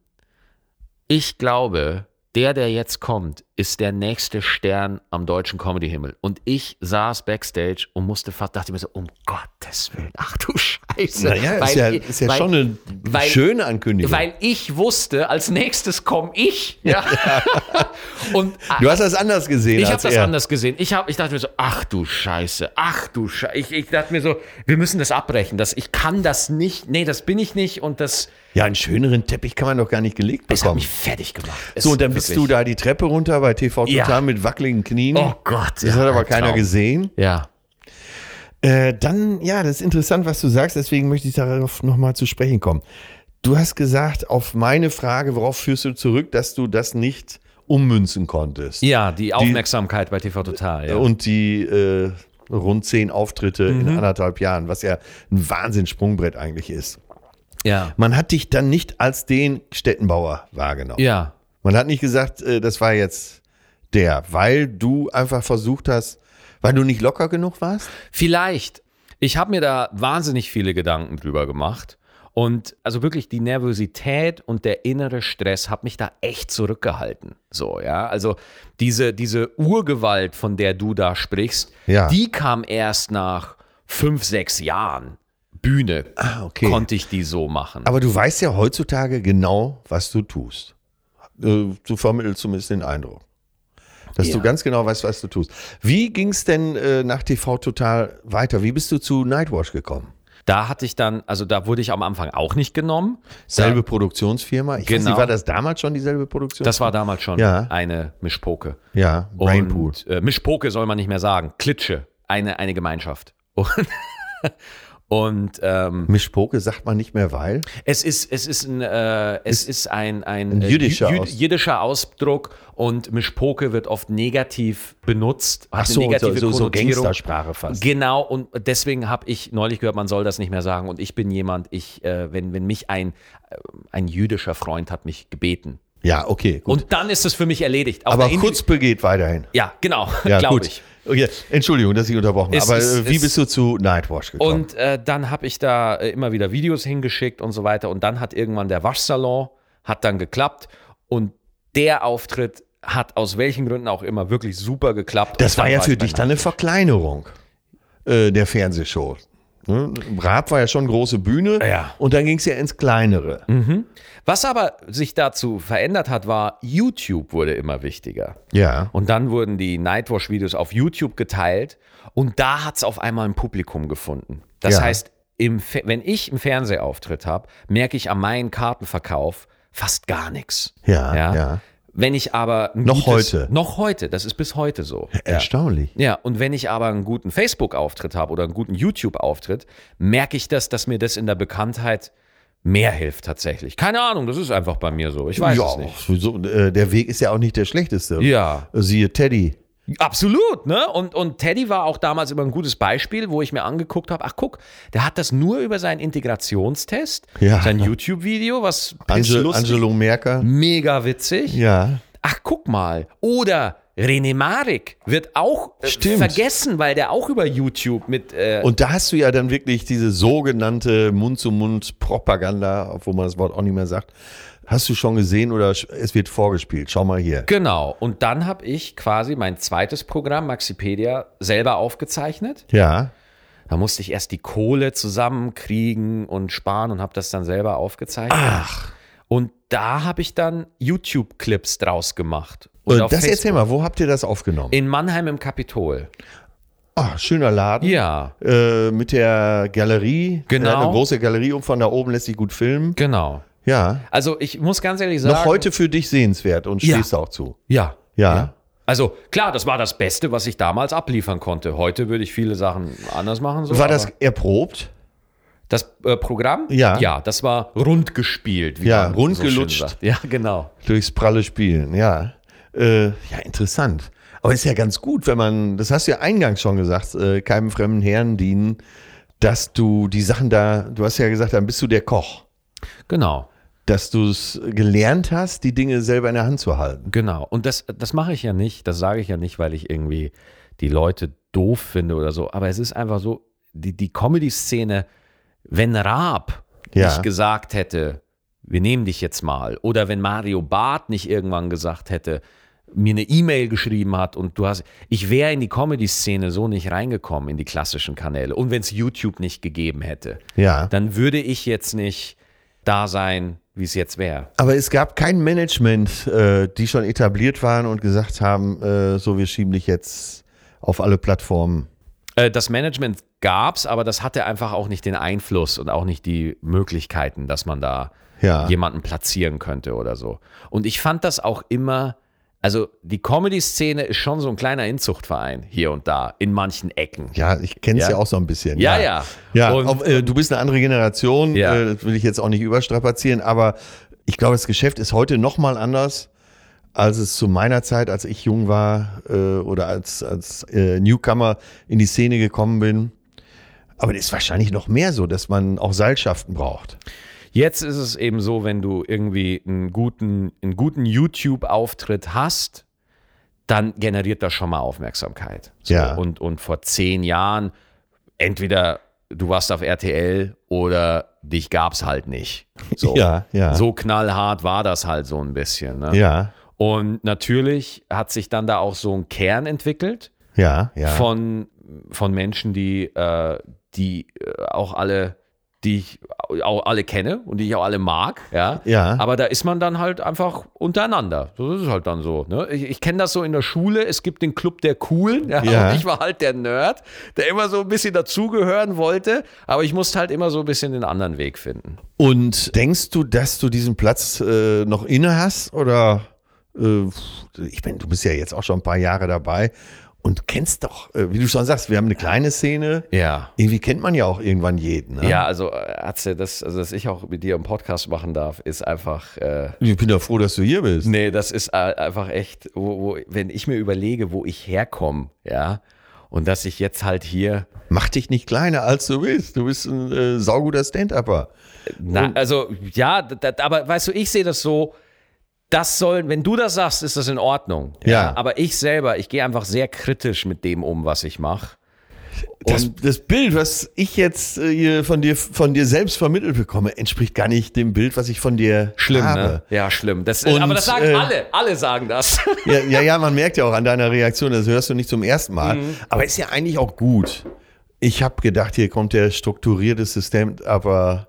[SPEAKER 2] ich glaube, der, der jetzt kommt, ist der nächste Stern am deutschen Comedy-Himmel. Und ich saß backstage und musste fast, dachte mir so, um Gottes Willen, ach du Scheiße.
[SPEAKER 1] Naja, ist ja, ist ja
[SPEAKER 2] weil-
[SPEAKER 1] schon eine
[SPEAKER 2] weil-
[SPEAKER 1] schöne Ankündigung.
[SPEAKER 2] Weil ich wusste, als nächstes komme ich. Ja. *laughs* und ah,
[SPEAKER 1] du hast das anders gesehen
[SPEAKER 2] ich habe
[SPEAKER 1] als
[SPEAKER 2] das
[SPEAKER 1] er.
[SPEAKER 2] anders gesehen. Ich, hab, ich dachte mir so, ach du Scheiße, ach du Scheiße. Ich, ich dachte mir so, wir müssen das abbrechen. Das, ich kann das nicht. Nee, das bin ich nicht. Und das,
[SPEAKER 1] Ja, einen schöneren Teppich kann man doch gar nicht gelegt
[SPEAKER 2] das hat
[SPEAKER 1] bekommen.
[SPEAKER 2] mich fertig gemacht. Es
[SPEAKER 1] So, und dann bist du
[SPEAKER 2] wirklich-
[SPEAKER 1] da die Treppe runter bei TV Total
[SPEAKER 2] Ja.
[SPEAKER 1] mit wackeligen Knien.
[SPEAKER 2] Oh Gott.
[SPEAKER 1] das hat aber keiner gesehen.
[SPEAKER 2] Ja.
[SPEAKER 1] Äh, dann, ja, das ist interessant, was du sagst, deswegen möchte ich darauf nochmal zu sprechen kommen. Du hast gesagt, auf meine Frage, worauf führst du zurück, dass du das nicht ummünzen konntest.
[SPEAKER 2] Ja, die Aufmerksamkeit bei TV Total. Ja.
[SPEAKER 1] Und die äh, rund zehn Auftritte in anderthalb Jahren, was ja ein Wahnsinnssprungbrett eigentlich ist.
[SPEAKER 2] ja.
[SPEAKER 1] Man hat dich dann nicht als den Städtenbauer wahrgenommen.
[SPEAKER 2] Ja.
[SPEAKER 1] Man hat nicht gesagt, äh, das war jetzt der, weil du einfach versucht hast, weil du nicht locker genug warst.
[SPEAKER 2] Vielleicht. Ich habe mir da wahnsinnig viele Gedanken drüber gemacht. Und also wirklich die Nervosität und der innere Stress hat mich da echt zurückgehalten. So, ja. Also diese, diese Urgewalt, von der du da sprichst,
[SPEAKER 1] Ja.
[SPEAKER 2] die kam erst nach fünf, sechs Jahren Bühne.
[SPEAKER 1] Ah, okay.
[SPEAKER 2] Konnte ich die so machen.
[SPEAKER 1] Aber du weißt ja heutzutage genau, was du tust. Äh, Du vermittelst zumindest den Eindruck. Dass
[SPEAKER 2] Ja.
[SPEAKER 1] du ganz genau weißt, was du tust. Wie ging es denn äh, nach TV total weiter? Wie bist du zu Nightwatch gekommen?
[SPEAKER 2] da hatte ich dann, also da wurde ich am Anfang auch nicht genommen.
[SPEAKER 1] Selbe Produktionsfirma? Ich weiß
[SPEAKER 2] Genau.
[SPEAKER 1] nicht, war das damals schon dieselbe Produktion?
[SPEAKER 2] Das war damals schon
[SPEAKER 1] Ja.
[SPEAKER 2] eine Mischpoke.
[SPEAKER 1] ja, Brainpool.
[SPEAKER 2] Und, äh, Mischpoke soll man nicht mehr sagen. Klitsche. Eine, eine Gemeinschaft. Und, *laughs* und ähm,
[SPEAKER 1] Mischpoke sagt man nicht mehr, weil.
[SPEAKER 2] es ist, es ist ein, äh, es ist, ein, ein, äh,
[SPEAKER 1] jüdischer
[SPEAKER 2] jü-
[SPEAKER 1] Aus-
[SPEAKER 2] jiddischer Ausdruck und Mischpoke wird oft negativ benutzt. Hat
[SPEAKER 1] Ach so,
[SPEAKER 2] eine negative
[SPEAKER 1] so- so- so
[SPEAKER 2] Konnotierung.
[SPEAKER 1] Gangstersprache fast.
[SPEAKER 2] Genau, und deswegen habe ich neulich gehört, man soll das nicht mehr sagen. Und ich bin jemand, ich, äh, wenn, wenn mich ein, äh, ein jüdischer Freund hat mich gebeten.
[SPEAKER 1] Ja, okay, gut.
[SPEAKER 2] Und dann ist es für mich erledigt. Auf
[SPEAKER 1] Aber
[SPEAKER 2] einer Indi-
[SPEAKER 1] Kutzpe geht weiterhin.
[SPEAKER 2] Ja, genau, *laughs*
[SPEAKER 1] Ja,
[SPEAKER 2] glaube
[SPEAKER 1] gut.
[SPEAKER 2] ich.
[SPEAKER 1] Okay. Entschuldigung, dass ich unterbrochen
[SPEAKER 2] Es
[SPEAKER 1] habe. Aber
[SPEAKER 2] ist-
[SPEAKER 1] äh, wie
[SPEAKER 2] es-
[SPEAKER 1] bist du zu Nightwatch gekommen?
[SPEAKER 2] Und äh, dann habe ich da äh, immer wieder Videos hingeschickt und so weiter. Und dann hat irgendwann der Waschsalon, hat dann geklappt. Und der Auftritt hat aus welchen Gründen auch immer wirklich super geklappt.
[SPEAKER 1] Das
[SPEAKER 2] Und
[SPEAKER 1] war ja
[SPEAKER 2] ich
[SPEAKER 1] für dich
[SPEAKER 2] mein,
[SPEAKER 1] dann eine Verkleinerung äh, der Fernsehshow. Ne? Raab war ja schon große Bühne
[SPEAKER 2] Ja. Mhm.
[SPEAKER 1] und dann ging es ja ins Kleinere.
[SPEAKER 2] Was aber sich dazu verändert hat, war, YouTube wurde immer wichtiger.
[SPEAKER 1] Ja.
[SPEAKER 2] Und dann wurden die Nightwatch-Videos auf YouTube geteilt und da hat es auf einmal ein Publikum gefunden. Das
[SPEAKER 1] Ja.
[SPEAKER 2] heißt, im Fe- wenn ich einen Fernsehauftritt habe, merke ich an meinem Kartenverkauf fast gar nichts.
[SPEAKER 1] Ja, ja.
[SPEAKER 2] Wenn ich aber ein
[SPEAKER 1] Noch
[SPEAKER 2] gutes,
[SPEAKER 1] heute.
[SPEAKER 2] noch heute, das ist bis heute so. Ja.
[SPEAKER 1] Erstaunlich.
[SPEAKER 2] Ja, und wenn ich aber einen guten Facebook-Auftritt habe oder einen guten YouTube-Auftritt, merke ich das, dass mir das in der Bekanntheit mehr hilft tatsächlich. Keine Ahnung, das ist einfach bei mir so. Ich weiß es nicht.
[SPEAKER 1] So, äh, der Weg ist ja auch nicht der schlechteste.
[SPEAKER 2] Ja.
[SPEAKER 1] Siehe Teddy.
[SPEAKER 2] Absolut, ne? Und, und Teddy war auch damals immer ein gutes Beispiel, wo ich mir angeguckt habe, ach guck, der hat das nur über seinen Integrationstest,
[SPEAKER 1] Ja.
[SPEAKER 2] sein YouTube-Video, was
[SPEAKER 1] Ange
[SPEAKER 2] pisslustig,
[SPEAKER 1] Angelo Merker.
[SPEAKER 2] mega witzig.
[SPEAKER 1] Ja.
[SPEAKER 2] Ach guck mal, oder René Marik wird auch äh,
[SPEAKER 1] Stimmt.
[SPEAKER 2] vergessen, weil der auch über YouTube mit äh,
[SPEAKER 1] Und da hast du ja dann wirklich diese sogenannte Mund-zu-Mund-Propaganda, obwohl man das Wort auch nicht mehr sagt. Hast du schon gesehen oder sch- es wird vorgespielt? Schau mal hier.
[SPEAKER 2] Genau, und dann habe ich quasi mein zweites Programm, Maxipedia, selber aufgezeichnet.
[SPEAKER 1] Ja.
[SPEAKER 2] Da musste ich erst die Kohle zusammenkriegen und sparen und habe das dann selber aufgezeichnet. Ach. Und da habe ich dann YouTube-Clips draus gemacht. Und
[SPEAKER 1] Und
[SPEAKER 2] auf
[SPEAKER 1] das
[SPEAKER 2] Facebook.
[SPEAKER 1] erzähl mal, wo habt ihr das aufgenommen?
[SPEAKER 2] In Mannheim im Kapitol.
[SPEAKER 1] Ah, schöner Laden.
[SPEAKER 2] Ja,
[SPEAKER 1] Äh, mit der Galerie.
[SPEAKER 2] Genau.
[SPEAKER 1] Ja, eine große Galerie und von da oben lässt sich gut filmen.
[SPEAKER 2] genau.
[SPEAKER 1] Ja.
[SPEAKER 2] Also ich muss ganz ehrlich sagen.
[SPEAKER 1] Noch heute für dich sehenswert und
[SPEAKER 2] Ja.
[SPEAKER 1] stehst du auch zu.
[SPEAKER 2] Ja.
[SPEAKER 1] Ja.
[SPEAKER 2] Also klar, das war das Beste, was ich damals abliefern konnte. Heute würde ich viele Sachen anders machen. So,
[SPEAKER 1] War das
[SPEAKER 2] aber-
[SPEAKER 1] erprobt?
[SPEAKER 2] Das äh, Programm?
[SPEAKER 1] Ja.
[SPEAKER 2] Ja, das war rund gespielt. wie
[SPEAKER 1] Ja,
[SPEAKER 2] man
[SPEAKER 1] rund
[SPEAKER 2] schön
[SPEAKER 1] gelutscht.
[SPEAKER 2] sagt. Ja, genau.
[SPEAKER 1] Durchs pralle Spielen, ja. Äh, ja, interessant. Aber ist ja ganz gut, wenn man, das hast du ja eingangs schon gesagt, äh, keinem fremden Herrn dienen, dass du die Sachen da, du hast ja gesagt, dann bist du der Koch.
[SPEAKER 2] Genau,
[SPEAKER 1] Dass du es gelernt hast, die Dinge selber in der Hand zu halten.
[SPEAKER 2] genau. Und das, das mache ich ja nicht, das sage ich ja nicht, weil ich irgendwie die Leute doof finde oder so. Aber es ist einfach so, die, die Comedy-Szene, wenn Raab
[SPEAKER 1] Ja.
[SPEAKER 2] nicht gesagt hätte, wir nehmen dich jetzt mal. Oder wenn Mario Barth nicht irgendwann gesagt hätte, mir eine E-Mail geschrieben hat und du hast, ich wäre in die Comedy-Szene so nicht reingekommen, in die klassischen Kanäle. Und wenn es YouTube nicht gegeben hätte,
[SPEAKER 1] Ja.
[SPEAKER 2] dann würde ich jetzt nicht da sein, wie es jetzt wäre.
[SPEAKER 1] Aber es gab kein Management, äh, die schon etabliert waren und gesagt haben, äh, so wir schieben dich jetzt auf alle Plattformen.
[SPEAKER 2] Äh, Das Management gab's, aber das hatte einfach auch nicht den Einfluss und auch nicht die Möglichkeiten, dass man da
[SPEAKER 1] Ja.
[SPEAKER 2] jemanden platzieren könnte oder so. Und ich fand das auch immer, also die Comedy-Szene ist schon so ein kleiner Inzuchtverein hier und da, in manchen Ecken.
[SPEAKER 1] Ja, ich kenne es ja.
[SPEAKER 2] Ja.
[SPEAKER 1] auch so ein bisschen.
[SPEAKER 2] Ja,
[SPEAKER 1] ja.
[SPEAKER 2] ja.
[SPEAKER 1] Ja,
[SPEAKER 2] Und-
[SPEAKER 1] auf, äh, du bist eine andere Generation,
[SPEAKER 2] Ja.
[SPEAKER 1] äh, das will ich jetzt auch nicht überstrapazieren, aber ich glaube, das Geschäft ist heute nochmal anders, als es zu meiner Zeit, als ich jung war äh, oder als, als äh, Newcomer in die Szene gekommen bin. Aber das ist wahrscheinlich noch mehr so, dass man auch Seilschaften braucht.
[SPEAKER 2] Jetzt ist es eben so, wenn du irgendwie einen guten, einen guten YouTube-Auftritt hast, dann generiert das schon mal Aufmerksamkeit. So,
[SPEAKER 1] Ja.
[SPEAKER 2] Und, und vor zehn Jahren, entweder du warst auf RTL oder dich gab's halt nicht. So,
[SPEAKER 1] Ja, ja.
[SPEAKER 2] so knallhart war das halt so ein bisschen. Ne?
[SPEAKER 1] Ja,
[SPEAKER 2] Und natürlich hat sich dann da auch so ein Kern entwickelt
[SPEAKER 1] ja, ja.
[SPEAKER 2] von, von Menschen, die, äh, die äh, auch alle, die ich auch alle kenne und die ich auch alle mag. Ja?
[SPEAKER 1] Ja.
[SPEAKER 2] Aber da ist man dann halt einfach untereinander. So ist es halt dann so. Ne? Ich, ich kenne das so in der Schule. Es gibt den Club der Coolen. Ja?
[SPEAKER 1] Ja.
[SPEAKER 2] Und ich war halt der Nerd, der immer so ein bisschen dazugehören wollte. Aber ich musste halt immer so ein bisschen den anderen Weg finden.
[SPEAKER 1] Und denkst du, dass du diesen Platz äh, noch inne hast? Oder äh, ich meine, du bist ja jetzt auch schon ein paar Jahre dabei und kennst doch, äh, wie du schon sagst, wir haben eine kleine Szene.
[SPEAKER 2] Ja.
[SPEAKER 1] Irgendwie kennt man ja auch irgendwann jeden. Ne?
[SPEAKER 2] Ja, also, äh, Atze, das, also dass ich auch mit dir einen Podcast machen darf, ist einfach. Äh,
[SPEAKER 1] Ich bin ja froh, dass du hier bist.
[SPEAKER 2] Nee, das ist äh, einfach echt, wo, wo, wenn ich mir überlege, wo ich herkomme, ja, und dass ich jetzt halt hier,
[SPEAKER 1] Mach dich nicht kleiner, als du bist. Du bist ein äh, sauguter Stand-Upper.
[SPEAKER 2] na, also ja, da, da- aber weißt du, ich sehe das so, das sollen, wenn du das sagst, ist das in Ordnung.
[SPEAKER 1] Ja.
[SPEAKER 2] Aber ich selber, ich gehe einfach sehr kritisch mit dem um, was ich mache.
[SPEAKER 1] Das, das Bild, was ich jetzt äh, hier von dir, von dir selbst vermittelt bekomme, entspricht gar nicht dem Bild, was ich von dir
[SPEAKER 2] ne?
[SPEAKER 1] habe.
[SPEAKER 2] Ja, schlimm. Das,
[SPEAKER 1] ne? Und,
[SPEAKER 2] aber das sagen
[SPEAKER 1] äh,
[SPEAKER 2] alle, alle sagen das. *laughs*
[SPEAKER 1] Ja, ja, ja, man merkt ja auch an deiner Reaktion, das hörst du nicht zum ersten Mal.
[SPEAKER 2] Mhm.
[SPEAKER 1] Aber ist ja eigentlich auch gut. Ich habe gedacht, hier kommt der strukturierteste Stand-Upper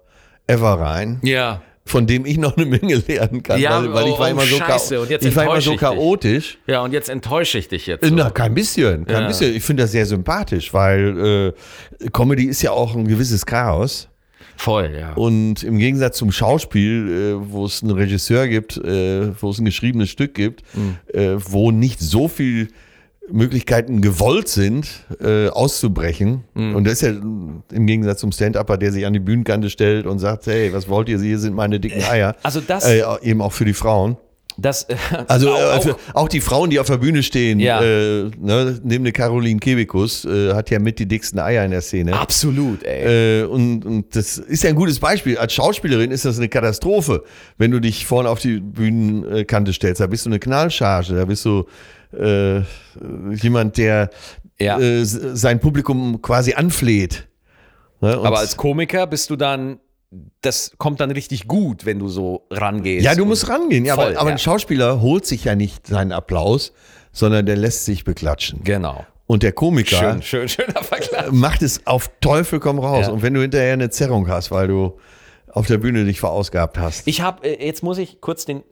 [SPEAKER 1] ever rein,
[SPEAKER 2] ja.
[SPEAKER 1] von dem ich noch eine Menge lernen kann.
[SPEAKER 2] Ja,
[SPEAKER 1] weil, weil ich
[SPEAKER 2] oh,
[SPEAKER 1] war immer
[SPEAKER 2] oh,
[SPEAKER 1] so,
[SPEAKER 2] Scheiße, und jetzt
[SPEAKER 1] ich war immer so
[SPEAKER 2] enttäusche
[SPEAKER 1] chaotisch.
[SPEAKER 2] Ja, und jetzt enttäusche ich dich jetzt.
[SPEAKER 1] Äh,
[SPEAKER 2] so.
[SPEAKER 1] Na, kein bisschen, kein
[SPEAKER 2] Ja.
[SPEAKER 1] bisschen. Ich finde das sehr sympathisch, weil äh, Comedy ist ja auch ein gewisses Chaos.
[SPEAKER 2] Voll, ja.
[SPEAKER 1] Und im Gegensatz zum Schauspiel, äh, wo es einen Regisseur gibt, äh, wo es ein geschriebenes Stück gibt,
[SPEAKER 2] Hm.
[SPEAKER 1] äh, wo nicht so viel Möglichkeiten gewollt sind, äh, auszubrechen.
[SPEAKER 2] Hm.
[SPEAKER 1] Und das ist ja mm, im Gegensatz zum Stand-Upper, der sich an die Bühnenkante stellt und sagt, hey, was wollt ihr? Hier sind meine dicken Eier.
[SPEAKER 2] Also das-
[SPEAKER 1] Äh, eben auch für die Frauen.
[SPEAKER 2] Das, äh,
[SPEAKER 1] Also
[SPEAKER 2] auch-
[SPEAKER 1] äh,
[SPEAKER 2] auch-
[SPEAKER 1] für- auch die Frauen, die auf der Bühne stehen,
[SPEAKER 2] Ja.
[SPEAKER 1] äh, ne, neben der Caroline Kebekus, äh, hat ja mit die dicksten Eier in der Szene.
[SPEAKER 2] *laughs* absolut, ey.
[SPEAKER 1] Äh, und, und das ist ja ein gutes Beispiel. Als Schauspielerin ist das eine Katastrophe, wenn du dich vorne auf die Bühnenkante stellst. Da bist du eine Knallcharge, da bist du äh, jemand, der
[SPEAKER 2] Ja.
[SPEAKER 1] äh, s- sein Publikum quasi anfleht. Ne? Und-
[SPEAKER 2] Aber als Komiker bist du dann, das kommt dann richtig gut, wenn du so rangehst.
[SPEAKER 1] ja, du
[SPEAKER 2] Und-
[SPEAKER 1] musst rangehen. Ja,
[SPEAKER 2] Voll,
[SPEAKER 1] aber, aber
[SPEAKER 2] ja.
[SPEAKER 1] ein Schauspieler holt sich ja nicht seinen Applaus, sondern der lässt sich beklatschen.
[SPEAKER 2] Genau.
[SPEAKER 1] Und der Komiker
[SPEAKER 2] Schön, schön, schöner Vergleich.
[SPEAKER 1] macht es auf Teufel komm raus.
[SPEAKER 2] Ja.
[SPEAKER 1] Und wenn du hinterher eine Zerrung hast, weil du auf der Bühne dich verausgabt hast.
[SPEAKER 2] Ich habe, jetzt muss ich kurz den,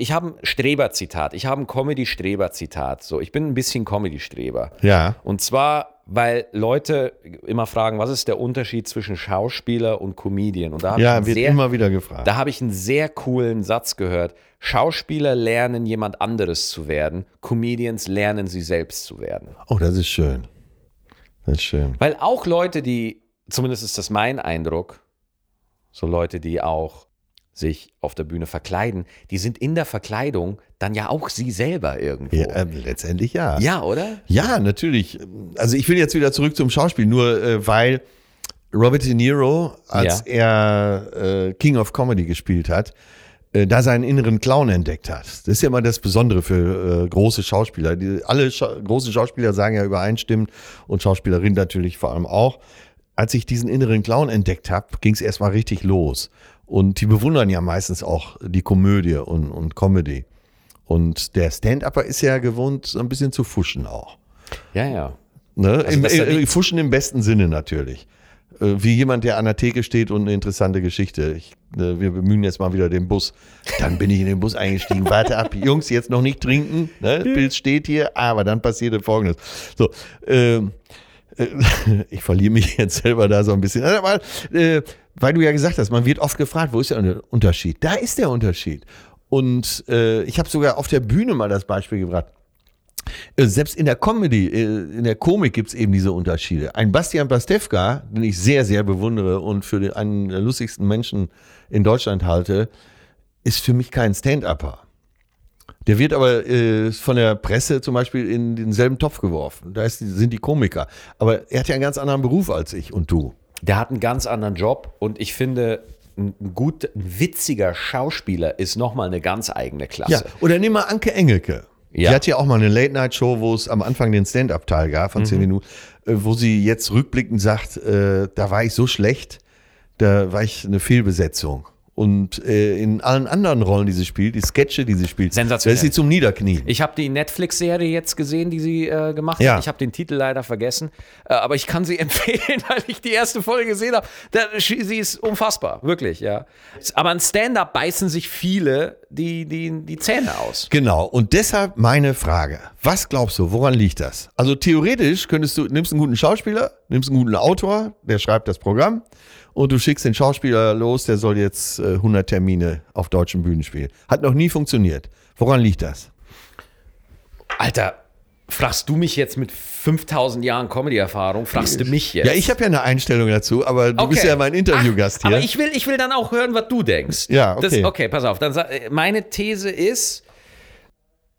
[SPEAKER 2] ich habe ein Streber-Zitat. Ich habe ein Comedy-Streber-Zitat. So, ich bin ein bisschen Comedy-Streber.
[SPEAKER 1] ja.
[SPEAKER 2] Und zwar, weil Leute immer fragen, was ist der Unterschied zwwischen Schauspieler und Comedian? Und da habe ich
[SPEAKER 1] Ja,
[SPEAKER 2] ein
[SPEAKER 1] wird
[SPEAKER 2] sehr
[SPEAKER 1] immer wieder gefragt.
[SPEAKER 2] Da habe ich einen sehr coolen Satz gehört. Schauspieler lernen, jemand anderes zu werden. Comedians lernen, sie selbst zu werden.
[SPEAKER 1] oh, das ist schön. Das ist schön.
[SPEAKER 2] Weil auch Leute, die, zumindest ist das mein Eindruck, so Leute, die auch sich auf der Bühne verkleiden, die sind in der Verkleidung dann ja auch sie selber irgendwo.
[SPEAKER 1] Ja,
[SPEAKER 2] Ja,
[SPEAKER 1] ähm, letztendlich ja.
[SPEAKER 2] oder?
[SPEAKER 1] Ja, natürlich. Also ich will jetzt wieder zurück zum Schauspiel, nur äh, weil Robert De Niro, als er äh, King of Comedy gespielt hat, äh, da seinen inneren Clown entdeckt hat. Das ist ja immer das Besondere für äh, große Schauspieler. Die, alle Scha großen Schauspieler sagen ja übereinstimmend und Schauspielerinnen natürlich vor allem auch. Als ich diesen inneren Clown entdeckt habe, ging es erstmal richtig los. Und die bewundern ja meistens auch die Komödie und, und Comedy. Und der Stand-Upper ist ja gewohnt, so ein bisschen zu fuschen auch.
[SPEAKER 2] Ja, ja.
[SPEAKER 1] Ne? Im,
[SPEAKER 2] dass da
[SPEAKER 1] äh,
[SPEAKER 2] die-
[SPEAKER 1] fuschen im besten Sinne natürlich. Äh, Wie jemand, der an der Theke steht und eine interessante Geschichte. Ich, äh, wir bemühen jetzt mal wieder den Bus. Dann bin ich in den Bus eingestiegen. Warte ab, Jungs, jetzt noch nicht trinken. Ne? Pilz steht hier, aber dann passierte Folgendes. So, ähm, äh, *laughs* ich verliere mich jetzt selber da so ein bisschen. Aber, äh, weil du ja gesagt hast, man wird oft gefragt, wo ist der Unterschied? Da ist der Unterschied. Und äh, ich habe sogar auf der Bühne mal das Beispiel gebracht. Äh, Selbst in der Comedy, äh, in der Komik gibt es eben diese Unterschiede. Ein Bastian Pastewka, den ich sehr, sehr bewundere und für den, einen der lustigsten Menschen in Deutschland halte, ist für mich kein Stand-Upper. Der wird aber äh, von der Presse zum Beispiel in denselben Topf geworfen. Da ist, sind die Komiker. Aber er hat ja einen ganz anderen Beruf als ich und du.
[SPEAKER 2] Der hat einen ganz anderen Job und ich finde, ein ein gut, ein witziger Schauspieler ist nochmal eine ganz eigene
[SPEAKER 1] Ja,
[SPEAKER 2] Klasse.
[SPEAKER 1] oder nimm mal Anke Engelke.
[SPEAKER 2] Ja.
[SPEAKER 1] Die hat ja auch mal eine Late-Night-Show, wo es am Anfang den Stand-Up-Teil gab
[SPEAKER 2] Mhm.
[SPEAKER 1] von 10 Minuten, äh, wo sie jetzt rückblickend sagt, äh, da war ich so schlecht, da war ich eine Fehlbesetzung. Und äh, in allen anderen Rollen, die sie spielt, die Sketche, die sie spielt, da
[SPEAKER 2] Sensationell.
[SPEAKER 1] ist sie zum Niederknien.
[SPEAKER 2] Ich habe die Netflix-Serie jetzt gesehen, die sie äh, gemacht
[SPEAKER 1] Ja.
[SPEAKER 2] hat. Ich habe den Titel leider vergessen, äh, aber ich kann sie *laughs* empfehlen, weil ich die erste Folge gesehen habe. Da- sch- Sie ist unfassbar, wirklich, ja. Aber an Stand-up beißen sich viele die, die, die Zähne aus.
[SPEAKER 1] Genau, und deshalb meine Frage. Was glaubst du, woran liegt das? Also theoretisch könntest du, nimmst einen guten Schauspieler, nimmst einen guten Autor, der schreibt das Programm und du schickst den Schauspieler los, der soll jetzt äh, 100 Termine auf deutschen Bühnen spielen. Hat noch nie funktioniert. Woran liegt das?
[SPEAKER 2] Alter, fragst du mich jetzt mit 5000 Jahren Comedy-Erfahrung, fragst du mich jetzt?
[SPEAKER 1] Ja, ich habe ja eine Einstellung dazu, aber du bist
[SPEAKER 2] Okay.
[SPEAKER 1] ja mein Interviewgast
[SPEAKER 2] Ach,
[SPEAKER 1] hier.
[SPEAKER 2] Aber ich will, ich will dann auch hören, was du denkst.
[SPEAKER 1] Ja, okay.
[SPEAKER 2] Das, okay, pass auf. Dann, sa- äh, meine These ist,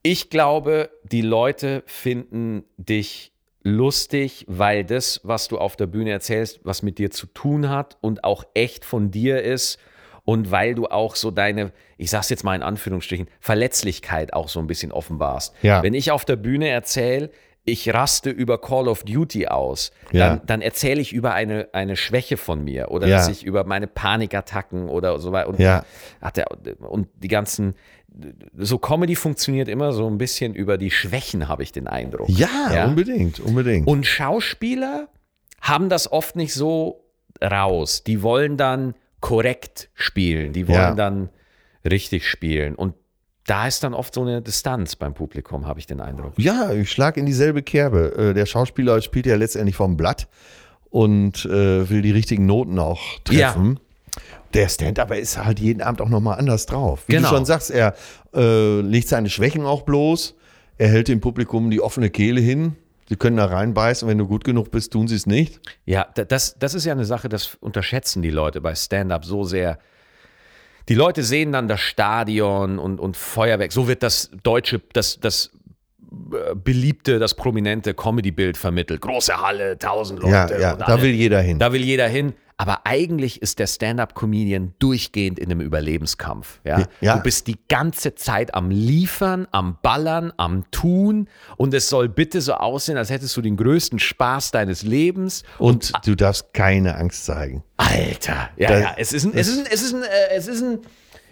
[SPEAKER 2] ich glaube, die Leute finden dich lustig, weil das, was du auf der Bühne erzählst, was mit dir zu tun hat und auch echt von dir ist. Und weil du auch so deine, ich sag's jetzt mal in Anführungsstrichen, Verletzlichkeit auch so ein bisschen offenbarst.
[SPEAKER 1] Ja.
[SPEAKER 2] Wenn ich auf der Bühne erzähle, ich raste über Call of Duty aus,
[SPEAKER 1] Ja.
[SPEAKER 2] dann, dann erzähle ich über eine, eine Schwäche von mir oder
[SPEAKER 1] Ja.
[SPEAKER 2] dass ich über meine Panikattacken oder so weiter und,
[SPEAKER 1] Ja.
[SPEAKER 2] hat er, und die ganzen, so Comedy funktioniert immer so ein bisschen über die Schwächen, habe ich den Eindruck.
[SPEAKER 1] ja,
[SPEAKER 2] Ja.
[SPEAKER 1] unbedingt, unbedingt.
[SPEAKER 2] Und Schauspieler haben das oft nicht so raus. Die wollen dann korrekt spielen, die wollen
[SPEAKER 1] Ja.
[SPEAKER 2] dann richtig spielen und da ist dann oft so eine Distanz beim Publikum, habe ich den Eindruck.
[SPEAKER 1] Ja, ich schlag in dieselbe Kerbe. Äh, Der Schauspieler spielt ja letztendlich vom Blatt und äh, will die richtigen Noten auch treffen. Der Stand-Upper ist halt jeden Abend auch nochmal anders drauf. Wie
[SPEAKER 2] Genau.
[SPEAKER 1] du schon sagst, er äh, legt seine Schwächen auch bloß. Er hält dem Publikum die offene Kehle hin. Sie können da reinbeißen. Wenn du gut genug bist, tun sie es nicht.
[SPEAKER 2] Ja, da- das, das ist ja eine Sache, das unterschätzen die Leute bei Stand-up so sehr. Die Leute sehen dann das Stadion und, und Feuerwerk. So wird das deutsche, das, das äh, beliebte, das prominente Comedy-Bild vermittelt. Große Halle, tausend Leute.
[SPEAKER 1] ja, ja,
[SPEAKER 2] und
[SPEAKER 1] da
[SPEAKER 2] alle-
[SPEAKER 1] will jeder hin.
[SPEAKER 2] da will jeder hin. Aber eigentlich ist der Stand-up-Comedian durchgehend in einem Überlebenskampf. Ja?
[SPEAKER 1] Ja.
[SPEAKER 2] Du bist die ganze Zeit am Liefern, am Ballern, am Tun. Und es soll bitte so aussehen, als hättest du den größten Spaß deines Lebens.
[SPEAKER 1] und du darfst keine Angst zeigen.
[SPEAKER 2] Alter, ja,
[SPEAKER 1] Da-
[SPEAKER 2] ja. Es ist ein, es ist ein, es ist ein, äh, es ist ein,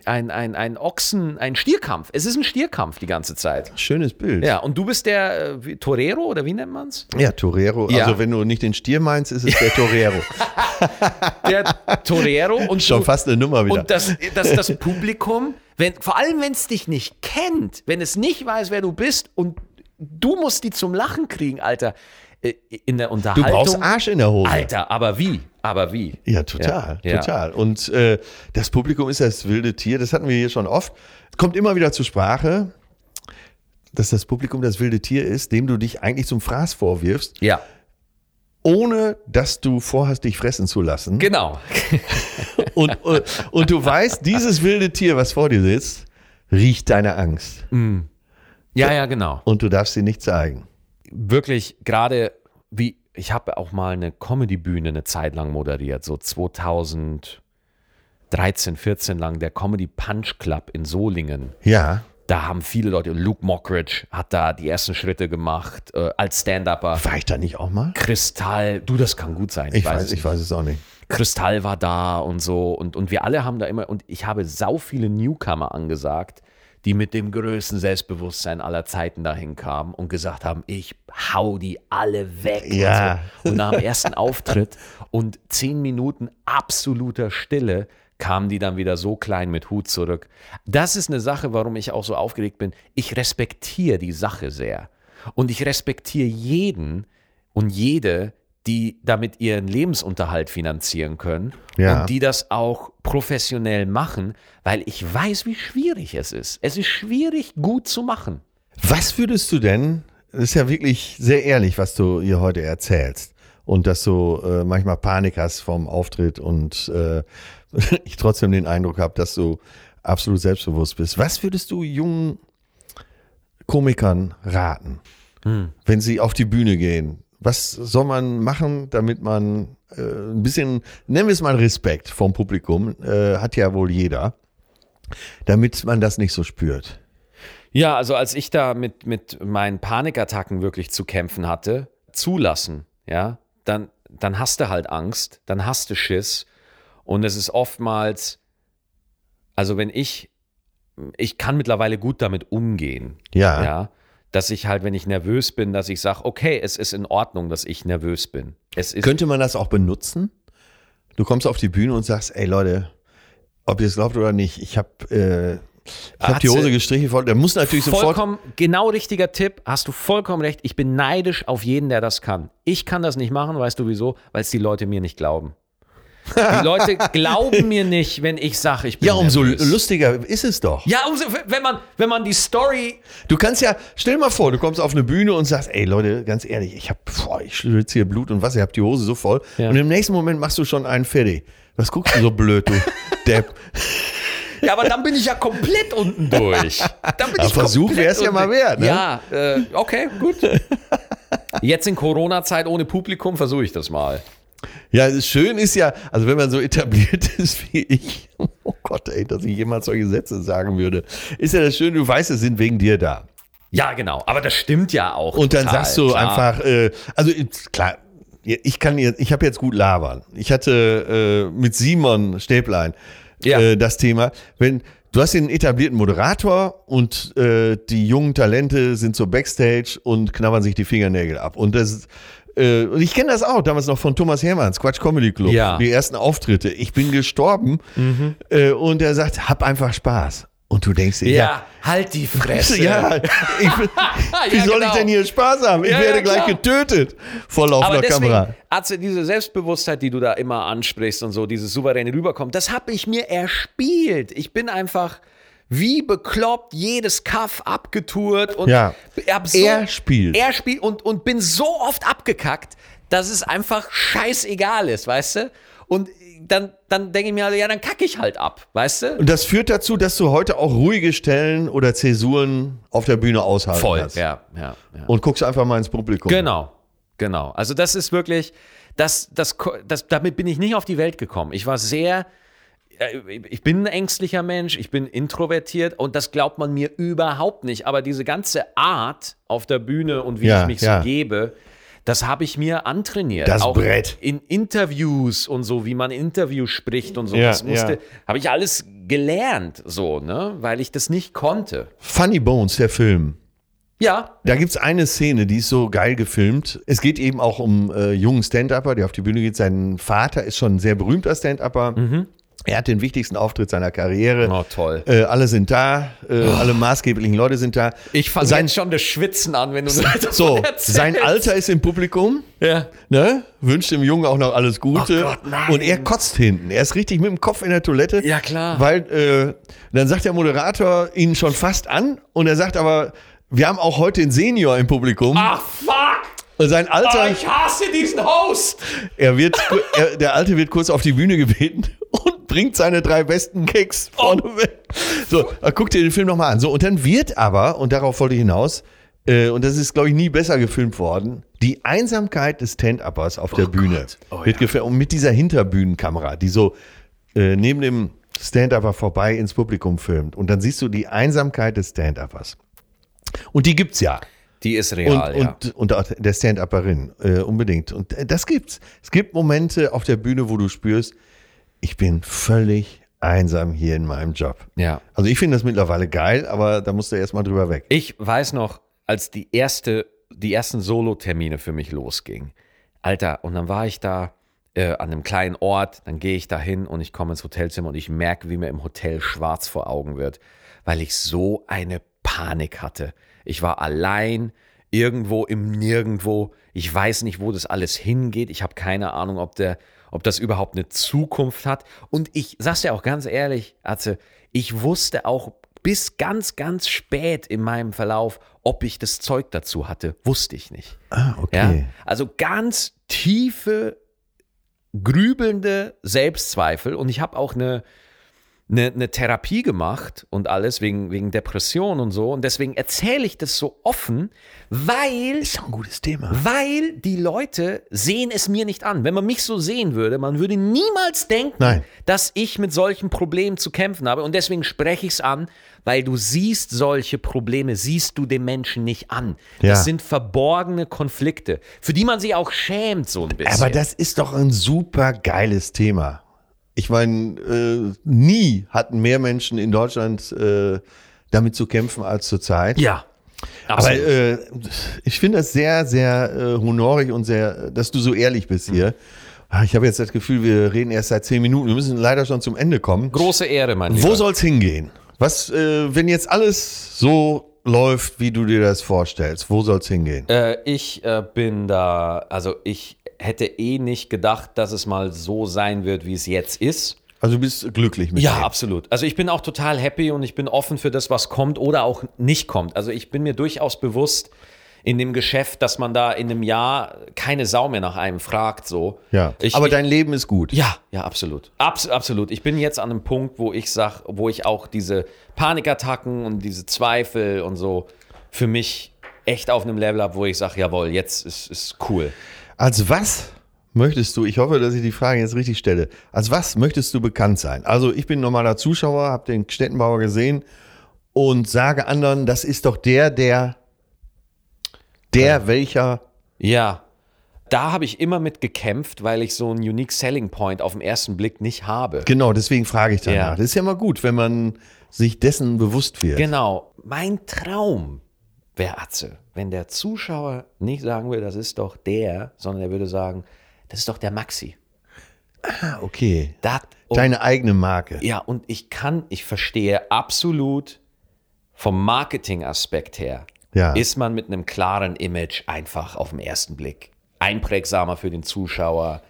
[SPEAKER 2] ein, ein, ein Ochsen, ein Stierkampf. Es ist ein Stierkampf die ganze Zeit.
[SPEAKER 1] Schönes Bild.
[SPEAKER 2] Ja, und du bist der äh, wie- Torero oder wie nennt man's?
[SPEAKER 1] Ja, Torero.
[SPEAKER 2] Ja.
[SPEAKER 1] Also wenn du nicht den Stier meinst, ist es der
[SPEAKER 2] *laughs*
[SPEAKER 1] Torero. *laughs*
[SPEAKER 2] Der Torero und
[SPEAKER 1] schon
[SPEAKER 2] du,
[SPEAKER 1] fast eine Nummer wieder.
[SPEAKER 2] Und das, das, das Publikum, wenn, vor allem wenn es dich nicht kennt, wenn es nicht weiß, wer du bist und du musst die zum Lachen kriegen, Alter. Äh, In der
[SPEAKER 1] du
[SPEAKER 2] Unterhaltung.
[SPEAKER 1] brauchst Arsch in der Hose.
[SPEAKER 2] Alter, aber wie? Aber wie?
[SPEAKER 1] Ja, total,
[SPEAKER 2] Ja, ja.
[SPEAKER 1] total. Und äh, das Publikum ist das wilde Tier, das hatten wir hier schon oft. Kommt immer wieder zur Sprache, dass das Publikum das wilde Tier ist, dem du dich eigentlich zum Fraß vorwirfst,
[SPEAKER 2] Ja,
[SPEAKER 1] ohne dass du vorhast, dich fressen zu lassen.
[SPEAKER 2] genau.
[SPEAKER 1] *laughs* Und, und, und du weißt, dieses wilde Tier, was vor dir sitzt, riecht deine Angst.
[SPEAKER 2] Ja, ja, genau.
[SPEAKER 1] Und du darfst sie nicht zeigen.
[SPEAKER 2] wirklich gerade wie ich habe auch mal eine Comedy-Bühne eine Zeit lang moderiert, so 2013, 14 lang, der Comedy Punch Club in Solingen.
[SPEAKER 1] Ja.
[SPEAKER 2] Da haben viele Leute, Luke Mockridge hat da die ersten Schritte gemacht äh, als Stand-Upper.
[SPEAKER 1] War ich da nicht auch mal?
[SPEAKER 2] Kristall, du, das kann gut sein.
[SPEAKER 1] Ich weiß,
[SPEAKER 2] es
[SPEAKER 1] ich weiß es auch nicht.
[SPEAKER 2] Kristall war da und so und, und wir alle haben da immer und ich habe sau viele Newcomer angesagt, die mit dem größten Selbstbewusstsein aller Zeiten dahin kamen und gesagt haben, ich hau die alle weg.
[SPEAKER 1] Ja.
[SPEAKER 2] Und, so. und nach dem ersten Auftritt und zehn Minuten absoluter Stille kamen die dann wieder so klein mit Hut zurück. Das ist eine Sache, warum ich auch so aufgeregt bin. Ich respektiere die Sache sehr. Und ich respektiere jeden und jede, die damit ihren Lebensunterhalt finanzieren können
[SPEAKER 1] Ja.
[SPEAKER 2] und die das auch professionell machen, weil ich weiß, wie schwierig es ist. Es ist schwierig, gut zu machen.
[SPEAKER 1] Was würdest du denn, das ist ja wirklich sehr ehrlich, was du ihr heute erzählst und dass du äh, manchmal Panik hast vorm Auftritt und äh, *laughs* ich trotzdem den Eindruck habe, dass du absolut selbstbewusst bist. Was würdest du jungen Komikern raten, wenn sie auf die Bühne gehen? Was soll man machen, damit man äh, ein bisschen, nennen wir es mal Respekt vom Publikum, äh, hat ja wohl jeder, damit man das nicht so spürt?
[SPEAKER 2] Ja, also als ich da mit, mit meinen Panikattacken wirklich zu kämpfen hatte, zulassen, ja, dann, dann hast du halt Angst, dann hast du Schiss. Und es ist oftmals, also wenn ich, ich kann mittlerweile gut damit umgehen,
[SPEAKER 1] Ja.
[SPEAKER 2] ja, dass ich halt, wenn ich nervös bin, dass ich sage, okay, es ist in Ordnung, dass ich nervös bin. Es ist,
[SPEAKER 1] Könnte man das auch benutzen? Du kommst auf die Bühne und sagst, ey Leute, ob ihr es glaubt oder nicht, ich habe äh, ich hab
[SPEAKER 2] Hat
[SPEAKER 1] die Hose
[SPEAKER 2] sie-
[SPEAKER 1] gestrichen, voll- der muss natürlich sofort.
[SPEAKER 2] vollkommen, genau richtiger Tipp, hast du vollkommen recht. Ich bin neidisch auf jeden, der das kann. Ich kann das nicht machen, weißt du wieso? Weil es die Leute mir nicht glauben. Die Leute
[SPEAKER 1] *laughs*
[SPEAKER 2] glauben mir nicht, wenn ich sage, ich bin
[SPEAKER 1] Ja, umso
[SPEAKER 2] nervös.
[SPEAKER 1] lustiger ist es doch.
[SPEAKER 2] Ja, umso, wenn man, wenn man die Story
[SPEAKER 1] Du kannst ja, stell mal vor, du kommst auf eine Bühne und sagst, ey Leute, ganz ehrlich, ich hab, boah, ich schwitze hier Blut und Wasser, ich hab die Hose so voll.
[SPEAKER 2] Ja.
[SPEAKER 1] Und im nächsten Moment machst du schon einen fertig. Was guckst du so *laughs* blöd, du Depp?
[SPEAKER 2] Ja, aber dann bin ich ja komplett unten durch. Dann bin
[SPEAKER 1] Ja,
[SPEAKER 2] ich
[SPEAKER 1] Versuch
[SPEAKER 2] komplett
[SPEAKER 1] wär's ja
[SPEAKER 2] unten-
[SPEAKER 1] mal wert, ne?
[SPEAKER 2] Ja, äh, okay, gut. Jetzt in Corona-Zeit ohne Publikum versuche ich das mal.
[SPEAKER 1] Ja, es ist schön ist ja, also wenn man so etabliert *laughs* ist wie ich, oh Gott, ey, dass ich jemals solche Sätze sagen würde, ist ja das Schöne, du weißt, es sind wegen dir da.
[SPEAKER 2] Ja, genau. Aber das stimmt ja auch.
[SPEAKER 1] Und dann
[SPEAKER 2] total,
[SPEAKER 1] sagst du
[SPEAKER 2] klar.
[SPEAKER 1] einfach, äh, also jetzt- klar, ich kann jetzt, ich habe jetzt gut labern. Ich hatte äh, mit Simon Stäblein
[SPEAKER 2] Ja.
[SPEAKER 1] äh, das Thema, wenn du hast den etablierten Moderator und äh, die jungen Talente sind so backstage und knabbern sich die Fingernägel ab und das äh, und ich kenne das auch damals noch von Thomas Hermanns, Quatsch Comedy Club,
[SPEAKER 2] Ja. Mhm.
[SPEAKER 1] die ersten Auftritte. Ich bin gestorben äh, und er sagt, hab einfach Spaß. Und du denkst dir,
[SPEAKER 2] Ja,
[SPEAKER 1] *laughs* ja,
[SPEAKER 2] halt die Fresse.
[SPEAKER 1] ja, ich bin, wie
[SPEAKER 2] *laughs* Ja,
[SPEAKER 1] soll
[SPEAKER 2] genau.
[SPEAKER 1] ich denn hier Spaß haben? Ich
[SPEAKER 2] Ja,
[SPEAKER 1] werde
[SPEAKER 2] ja,
[SPEAKER 1] gleich
[SPEAKER 2] klar.
[SPEAKER 1] getötet vor laufender
[SPEAKER 2] Aber deswegen,
[SPEAKER 1] Kamera.
[SPEAKER 2] Atze, diese Selbstbewusstheit, die du da immer ansprichst und so, dieses souveräne Rüberkommen, das habe ich mir erspielt. Ich bin einfach wie bekloppt, jedes Kaff abgetourt und
[SPEAKER 1] Ja.
[SPEAKER 2] hab so,
[SPEAKER 1] Erspielt.
[SPEAKER 2] Erspielt und, und bin so oft abgekackt, dass es einfach scheißegal ist, weißt du? Und dann, dann denke ich mir, ja, dann kacke ich halt ab, weißt du?
[SPEAKER 1] Und das führt dazu, dass du heute auch ruhige Stellen oder Zäsuren auf der Bühne aushalten
[SPEAKER 2] Voll,
[SPEAKER 1] kannst.
[SPEAKER 2] ja, ja, ja.
[SPEAKER 1] Und guckst einfach mal ins Publikum.
[SPEAKER 2] Genau, genau. Also das ist wirklich, das, das, ko- das, damit bin ich nicht auf die Welt gekommen. Ich war sehr, äh, ich bin ein ängstlicher Mensch, ich bin introvertiert und das glaubt man mir überhaupt nicht. Aber diese ganze Art auf der Bühne und wie
[SPEAKER 1] Ja,
[SPEAKER 2] ich mich
[SPEAKER 1] ja.
[SPEAKER 2] so gebe, das habe ich mir antrainiert.
[SPEAKER 1] Das
[SPEAKER 2] Auch
[SPEAKER 1] Brett.
[SPEAKER 2] In Interviews und so, wie man Interviews spricht und so.
[SPEAKER 1] Ja,
[SPEAKER 2] das musste,
[SPEAKER 1] ja.
[SPEAKER 2] habe ich alles gelernt, so, ne? Weil ich das nicht konnte.
[SPEAKER 1] Funny Bones, der Film.
[SPEAKER 2] Ja,
[SPEAKER 1] Da gibt's eine Szene, die ist so geil gefilmt. Es geht eben auch um äh, jungen Stand-Upper, der auf die Bühne geht. Sein Vater ist schon ein sehr berühmter Stand-Upper. Er hat den wichtigsten Auftritt seiner Karriere.
[SPEAKER 2] Mhm. Oh, toll. Oh.
[SPEAKER 1] Äh, alle sind da, äh, alle maßgeblichen Leute sind da.
[SPEAKER 2] ich fange
[SPEAKER 1] Sein-
[SPEAKER 2] jetzt schon das Schwitzen an, wenn du
[SPEAKER 1] So,
[SPEAKER 2] *laughs* davon erzählst.
[SPEAKER 1] sein Alter ist im Publikum,
[SPEAKER 2] Ja.
[SPEAKER 1] ne? wünscht dem Jungen auch noch alles Gute.
[SPEAKER 2] Oh Gott, nein.
[SPEAKER 1] und er kotzt hinten. Er ist richtig mit dem Kopf in der Toilette.
[SPEAKER 2] Ja, klar.
[SPEAKER 1] Weil äh, dann sagt der Moderator ihn schon fast an und er sagt aber, wir haben auch heute den Senior im Publikum.
[SPEAKER 2] Ach, fuck!
[SPEAKER 1] Und sein
[SPEAKER 2] Ah,
[SPEAKER 1] Alter,
[SPEAKER 2] hasse diesen Host!
[SPEAKER 1] er wird, er, der Alte wird kurz auf die Bühne gebeten und bringt seine drei besten Kicks vorne weg. So, äh, guck dir den Film nochmal an. So, und dann wird aber, und darauf wollte ich hinaus, äh, und das ist, glaube ich, nie besser gefilmt worden, die Einsamkeit des Stand-Uppers auf der Bühne wird gefilmt. Und mit dieser Hinterbühnenkamera, die so äh, neben dem Stand-Upper vorbei ins Publikum filmt. Und dann siehst du die Einsamkeit des Stand-Uppers. Und die gibt's ja.
[SPEAKER 2] Die ist
[SPEAKER 1] Und,
[SPEAKER 2] real, ja.
[SPEAKER 1] und, und auch der Stand-Upperin, äh, unbedingt. Und äh, das gibt's. Es gibt Momente auf der Bühne, wo du spürst, ich bin völlig einsam hier in meinem Job.
[SPEAKER 2] Ja.
[SPEAKER 1] Also ich finde das mittlerweile geil, aber da musst du erstmal drüber weg.
[SPEAKER 2] Ich weiß noch, als die erste, die ersten Solo-Termine für mich losgingen. Alter, und dann war ich da äh, an einem kleinen Ort, dann gehe ich da hin und ich komme ins Hotelzimmer und ich merke, wie mir im Hotel schwarz vor Augen wird, weil ich so eine Panik hatte. Ich war allein, irgendwo im Nirgendwo. Ich weiß nicht, wo das alles hingeht. Ich habe keine Ahnung, ob, der, ob das überhaupt eine Zukunft hat. Und ich sag's dir auch ganz ehrlich, Atze, ich wusste auch bis ganz, ganz spät in meinem Verlauf, ob ich das Zeug dazu hatte. Wusste ich nicht.
[SPEAKER 1] Ah,
[SPEAKER 2] Ja? Also ganz tiefe, grübelnde Selbstzweifel. Und ich habe auch eine, eine, eine Therapie gemacht und alles wegen, wegen Depression und so. Und deswegen erzähle ich das so offen, weil
[SPEAKER 1] Ist doch ein gutes Thema.
[SPEAKER 2] weil die Leute sehen es mir nicht an. Wenn man mich so sehen würde, man würde niemals denken,
[SPEAKER 1] Nein.
[SPEAKER 2] dass ich mit solchen Problemen zu kämpfen habe. Und deswegen spreche ich es an, weil du siehst solche Probleme, siehst du den Menschen nicht an.
[SPEAKER 1] Ja.
[SPEAKER 2] Das sind verborgene Konflikte, für die man sich auch schämt so ein bisschen.
[SPEAKER 1] Aber das ist doch ein super geiles Thema. Ich meine, äh, nie hatten mehr Menschen in Deutschland äh, damit zu kämpfen als zurzeit.
[SPEAKER 2] ja,
[SPEAKER 1] Aber
[SPEAKER 2] absolut.
[SPEAKER 1] äh, ich finde das sehr, sehr äh, honorig und sehr, dass du so ehrlich bist hier. Ah, Ich habe jetzt das Gefühl, wir reden erst seit zehn Minuten. Wir müssen leider schon zum Ende kommen.
[SPEAKER 2] große Ehre, mein Lieber.
[SPEAKER 1] Wo soll's hingehen? Was, äh, wenn jetzt alles so läuft, wie du dir das vorstellst, wo soll's hingehen?
[SPEAKER 2] Äh, ich äh, bin da, also ich hätte eh nicht gedacht, dass es mal so sein wird, wie es jetzt ist.
[SPEAKER 1] Also du bist glücklich mit
[SPEAKER 2] Ja,
[SPEAKER 1] dem.
[SPEAKER 2] absolut. Also ich bin auch total happy und ich bin offen für das, was kommt oder auch nicht kommt. Also ich bin mir durchaus bewusst in dem Geschäft, dass man da in einem Jahr keine Sau mehr nach einem fragt. So.
[SPEAKER 1] Ja.
[SPEAKER 2] Ich,
[SPEAKER 1] Aber
[SPEAKER 2] ich,
[SPEAKER 1] dein Leben ist gut.
[SPEAKER 2] ja, ja, absolut. Abs absolut. Ich bin jetzt an einem Punkt, wo ich sag, wo ich auch diese Panikattacken und diese Zweifel und so für mich echt auf einem Level habe, wo ich sage, jawohl, jetzt ist, ist cool.
[SPEAKER 1] Als was möchtest du, ich hoffe, dass ich die Frage jetzt richtig stelle, als was möchtest du bekannt sein? Also ich bin normaler Zuschauer, habe den Stettenbauer gesehen und sage anderen, das ist doch der, der, der, welcher,
[SPEAKER 2] Ja, da habe ich immer mit gekämpft, weil ich so einen Unique Selling Point auf den ersten Blick nicht habe.
[SPEAKER 1] genau, deswegen frage ich danach.
[SPEAKER 2] Ja.
[SPEAKER 1] Das ist ja mal gut, wenn man sich dessen bewusst wird.
[SPEAKER 2] Genau. Mein Traum wäre Atze, wenn der Zuschauer nicht sagen würde, das ist doch der, sondern er würde sagen, das ist doch der Maxi.
[SPEAKER 1] Ah, okay.
[SPEAKER 2] Das und,
[SPEAKER 1] Deine eigene Marke.
[SPEAKER 2] ja, und ich kann, ich verstehe absolut vom Marketing-Aspekt her,
[SPEAKER 1] Ja.
[SPEAKER 2] ist man mit einem klaren Image einfach auf den ersten Blick einprägsamer für den Zuschauer.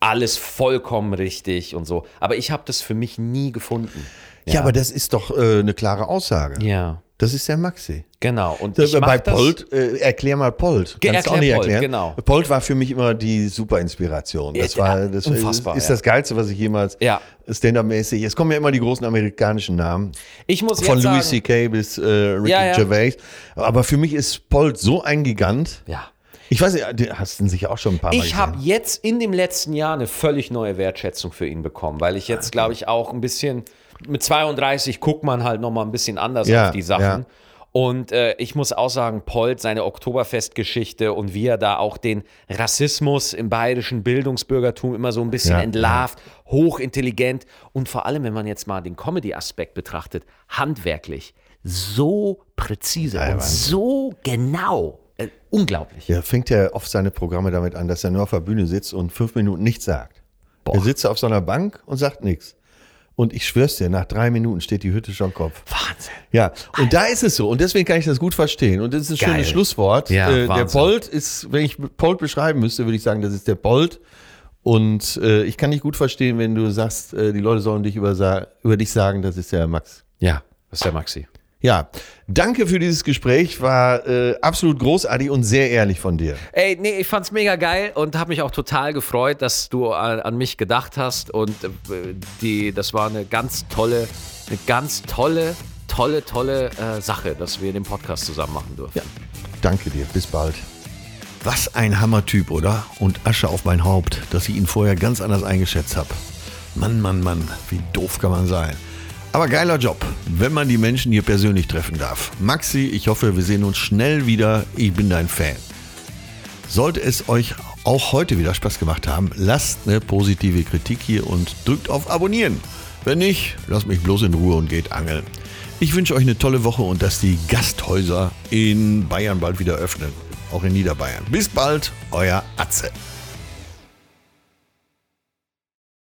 [SPEAKER 2] Alles vollkommen richtig und so. Aber ich habe das für mich nie gefunden.
[SPEAKER 1] Ja, aber das ist doch äh, eine klare Aussage.
[SPEAKER 2] Ja,
[SPEAKER 1] Das ist der Maxi.
[SPEAKER 2] genau. Und
[SPEAKER 1] Da-
[SPEAKER 2] ich
[SPEAKER 1] Bei
[SPEAKER 2] mach das-
[SPEAKER 1] Polt, äh, erklär mal Polt.
[SPEAKER 2] Ge-
[SPEAKER 1] Kannst du auch
[SPEAKER 2] erklär
[SPEAKER 1] nicht
[SPEAKER 2] Polt,
[SPEAKER 1] erklären.
[SPEAKER 2] genau.
[SPEAKER 1] Polt war für mich immer die super Inspiration. Das
[SPEAKER 2] Ja,
[SPEAKER 1] war das
[SPEAKER 2] unfassbar,
[SPEAKER 1] ist
[SPEAKER 2] ja.
[SPEAKER 1] das Geilste, was ich jemals
[SPEAKER 2] Ja.
[SPEAKER 1] stand-up-mäßig. Es kommen ja immer die großen amerikanischen Namen.
[SPEAKER 2] Ich muss
[SPEAKER 1] Von
[SPEAKER 2] jetzt
[SPEAKER 1] Louis
[SPEAKER 2] sagen,
[SPEAKER 1] C.K. bis äh, Ricky
[SPEAKER 2] Ja, ja.
[SPEAKER 1] Gervais. Aber für mich ist Polt so ein Gigant.
[SPEAKER 2] ja.
[SPEAKER 1] Ich weiß nicht, du hast ihn sicher auch schon ein paar Mal
[SPEAKER 2] Ich habe
[SPEAKER 1] gesehen.
[SPEAKER 2] jetzt in dem letzten Jahr eine völlig neue Wertschätzung für ihn bekommen, weil ich jetzt, glaube ich, auch ein bisschen mit 32 guckt man halt nochmal ein bisschen anders
[SPEAKER 1] Ja,
[SPEAKER 2] auf die Sachen.
[SPEAKER 1] ja.
[SPEAKER 2] Und äh, ich muss auch sagen, Polt, seine Oktoberfestgeschichte und wie er da auch den Rassismus im bayerischen Bildungsbürgertum immer so ein bisschen
[SPEAKER 1] Ja,
[SPEAKER 2] entlarvt, hochintelligent und vor allem, wenn man jetzt mal den Comedy-Aspekt betrachtet, handwerklich so präzise
[SPEAKER 1] Ja,
[SPEAKER 2] und
[SPEAKER 1] Wahnsinn.
[SPEAKER 2] so genau. Äh, unglaublich.
[SPEAKER 1] Ja, fängt ja oft seine Programme damit an, dass er nur auf der Bühne sitzt und fünf Minuten nichts sagt. Er sitzt auf so einer Bank und sagt nichts. Und ich schwör's dir, nach drei Minuten steht die Hütte schon Kopf.
[SPEAKER 2] Wahnsinn.
[SPEAKER 1] Ja, und da ist es so. Und deswegen kann ich das gut verstehen. Und das ist ein
[SPEAKER 2] Geil.
[SPEAKER 1] schönes Schlusswort.
[SPEAKER 2] Ja,
[SPEAKER 1] äh, der
[SPEAKER 2] Wahnsinn.
[SPEAKER 1] Bolt ist, wenn ich Bolt beschreiben müsste, würde ich sagen, das ist der Bolt. Und äh, ich kann dich gut verstehen, wenn du sagst, äh, die Leute sollen dich über, sa- über dich sagen, das ist der Max.
[SPEAKER 2] Ja, das ist der Maxi.
[SPEAKER 1] Ja, danke für dieses Gespräch. War äh, absolut großartig und sehr ehrlich von dir.
[SPEAKER 2] Ey, nee, ich fand's mega geil und habe mich auch total gefreut, dass du an, an mich gedacht hast und äh, die, das war eine ganz tolle, eine ganz tolle, tolle, tolle äh, Sache, dass wir den Podcast zusammen machen durften.
[SPEAKER 1] Danke dir. Bis bald.
[SPEAKER 3] Was ein Hammertyp, oder? Und Asche auf mein Haupt, dass ich ihn vorher ganz anders eingeschätzt habe. Mann, Mann, Mann, wie doof kann man sein. Aber geiler Job, wenn man die Menschen hier persönlich treffen darf. Maxi, ich hoffe, wir sehen uns schnell wieder. Ich bin dein Fan. Sollte es euch auch heute wieder Spaß gemacht haben, lasst eine positive Kritik hier und drückt auf Abonnieren. Wenn nicht, lasst mich bloß in Ruhe und geht angeln. Ich wünsche euch eine tolle Woche und dass die Gasthäuser in Bayern bald wieder öffnen. Auch in Niederbayern. Bis bald, euer Atze.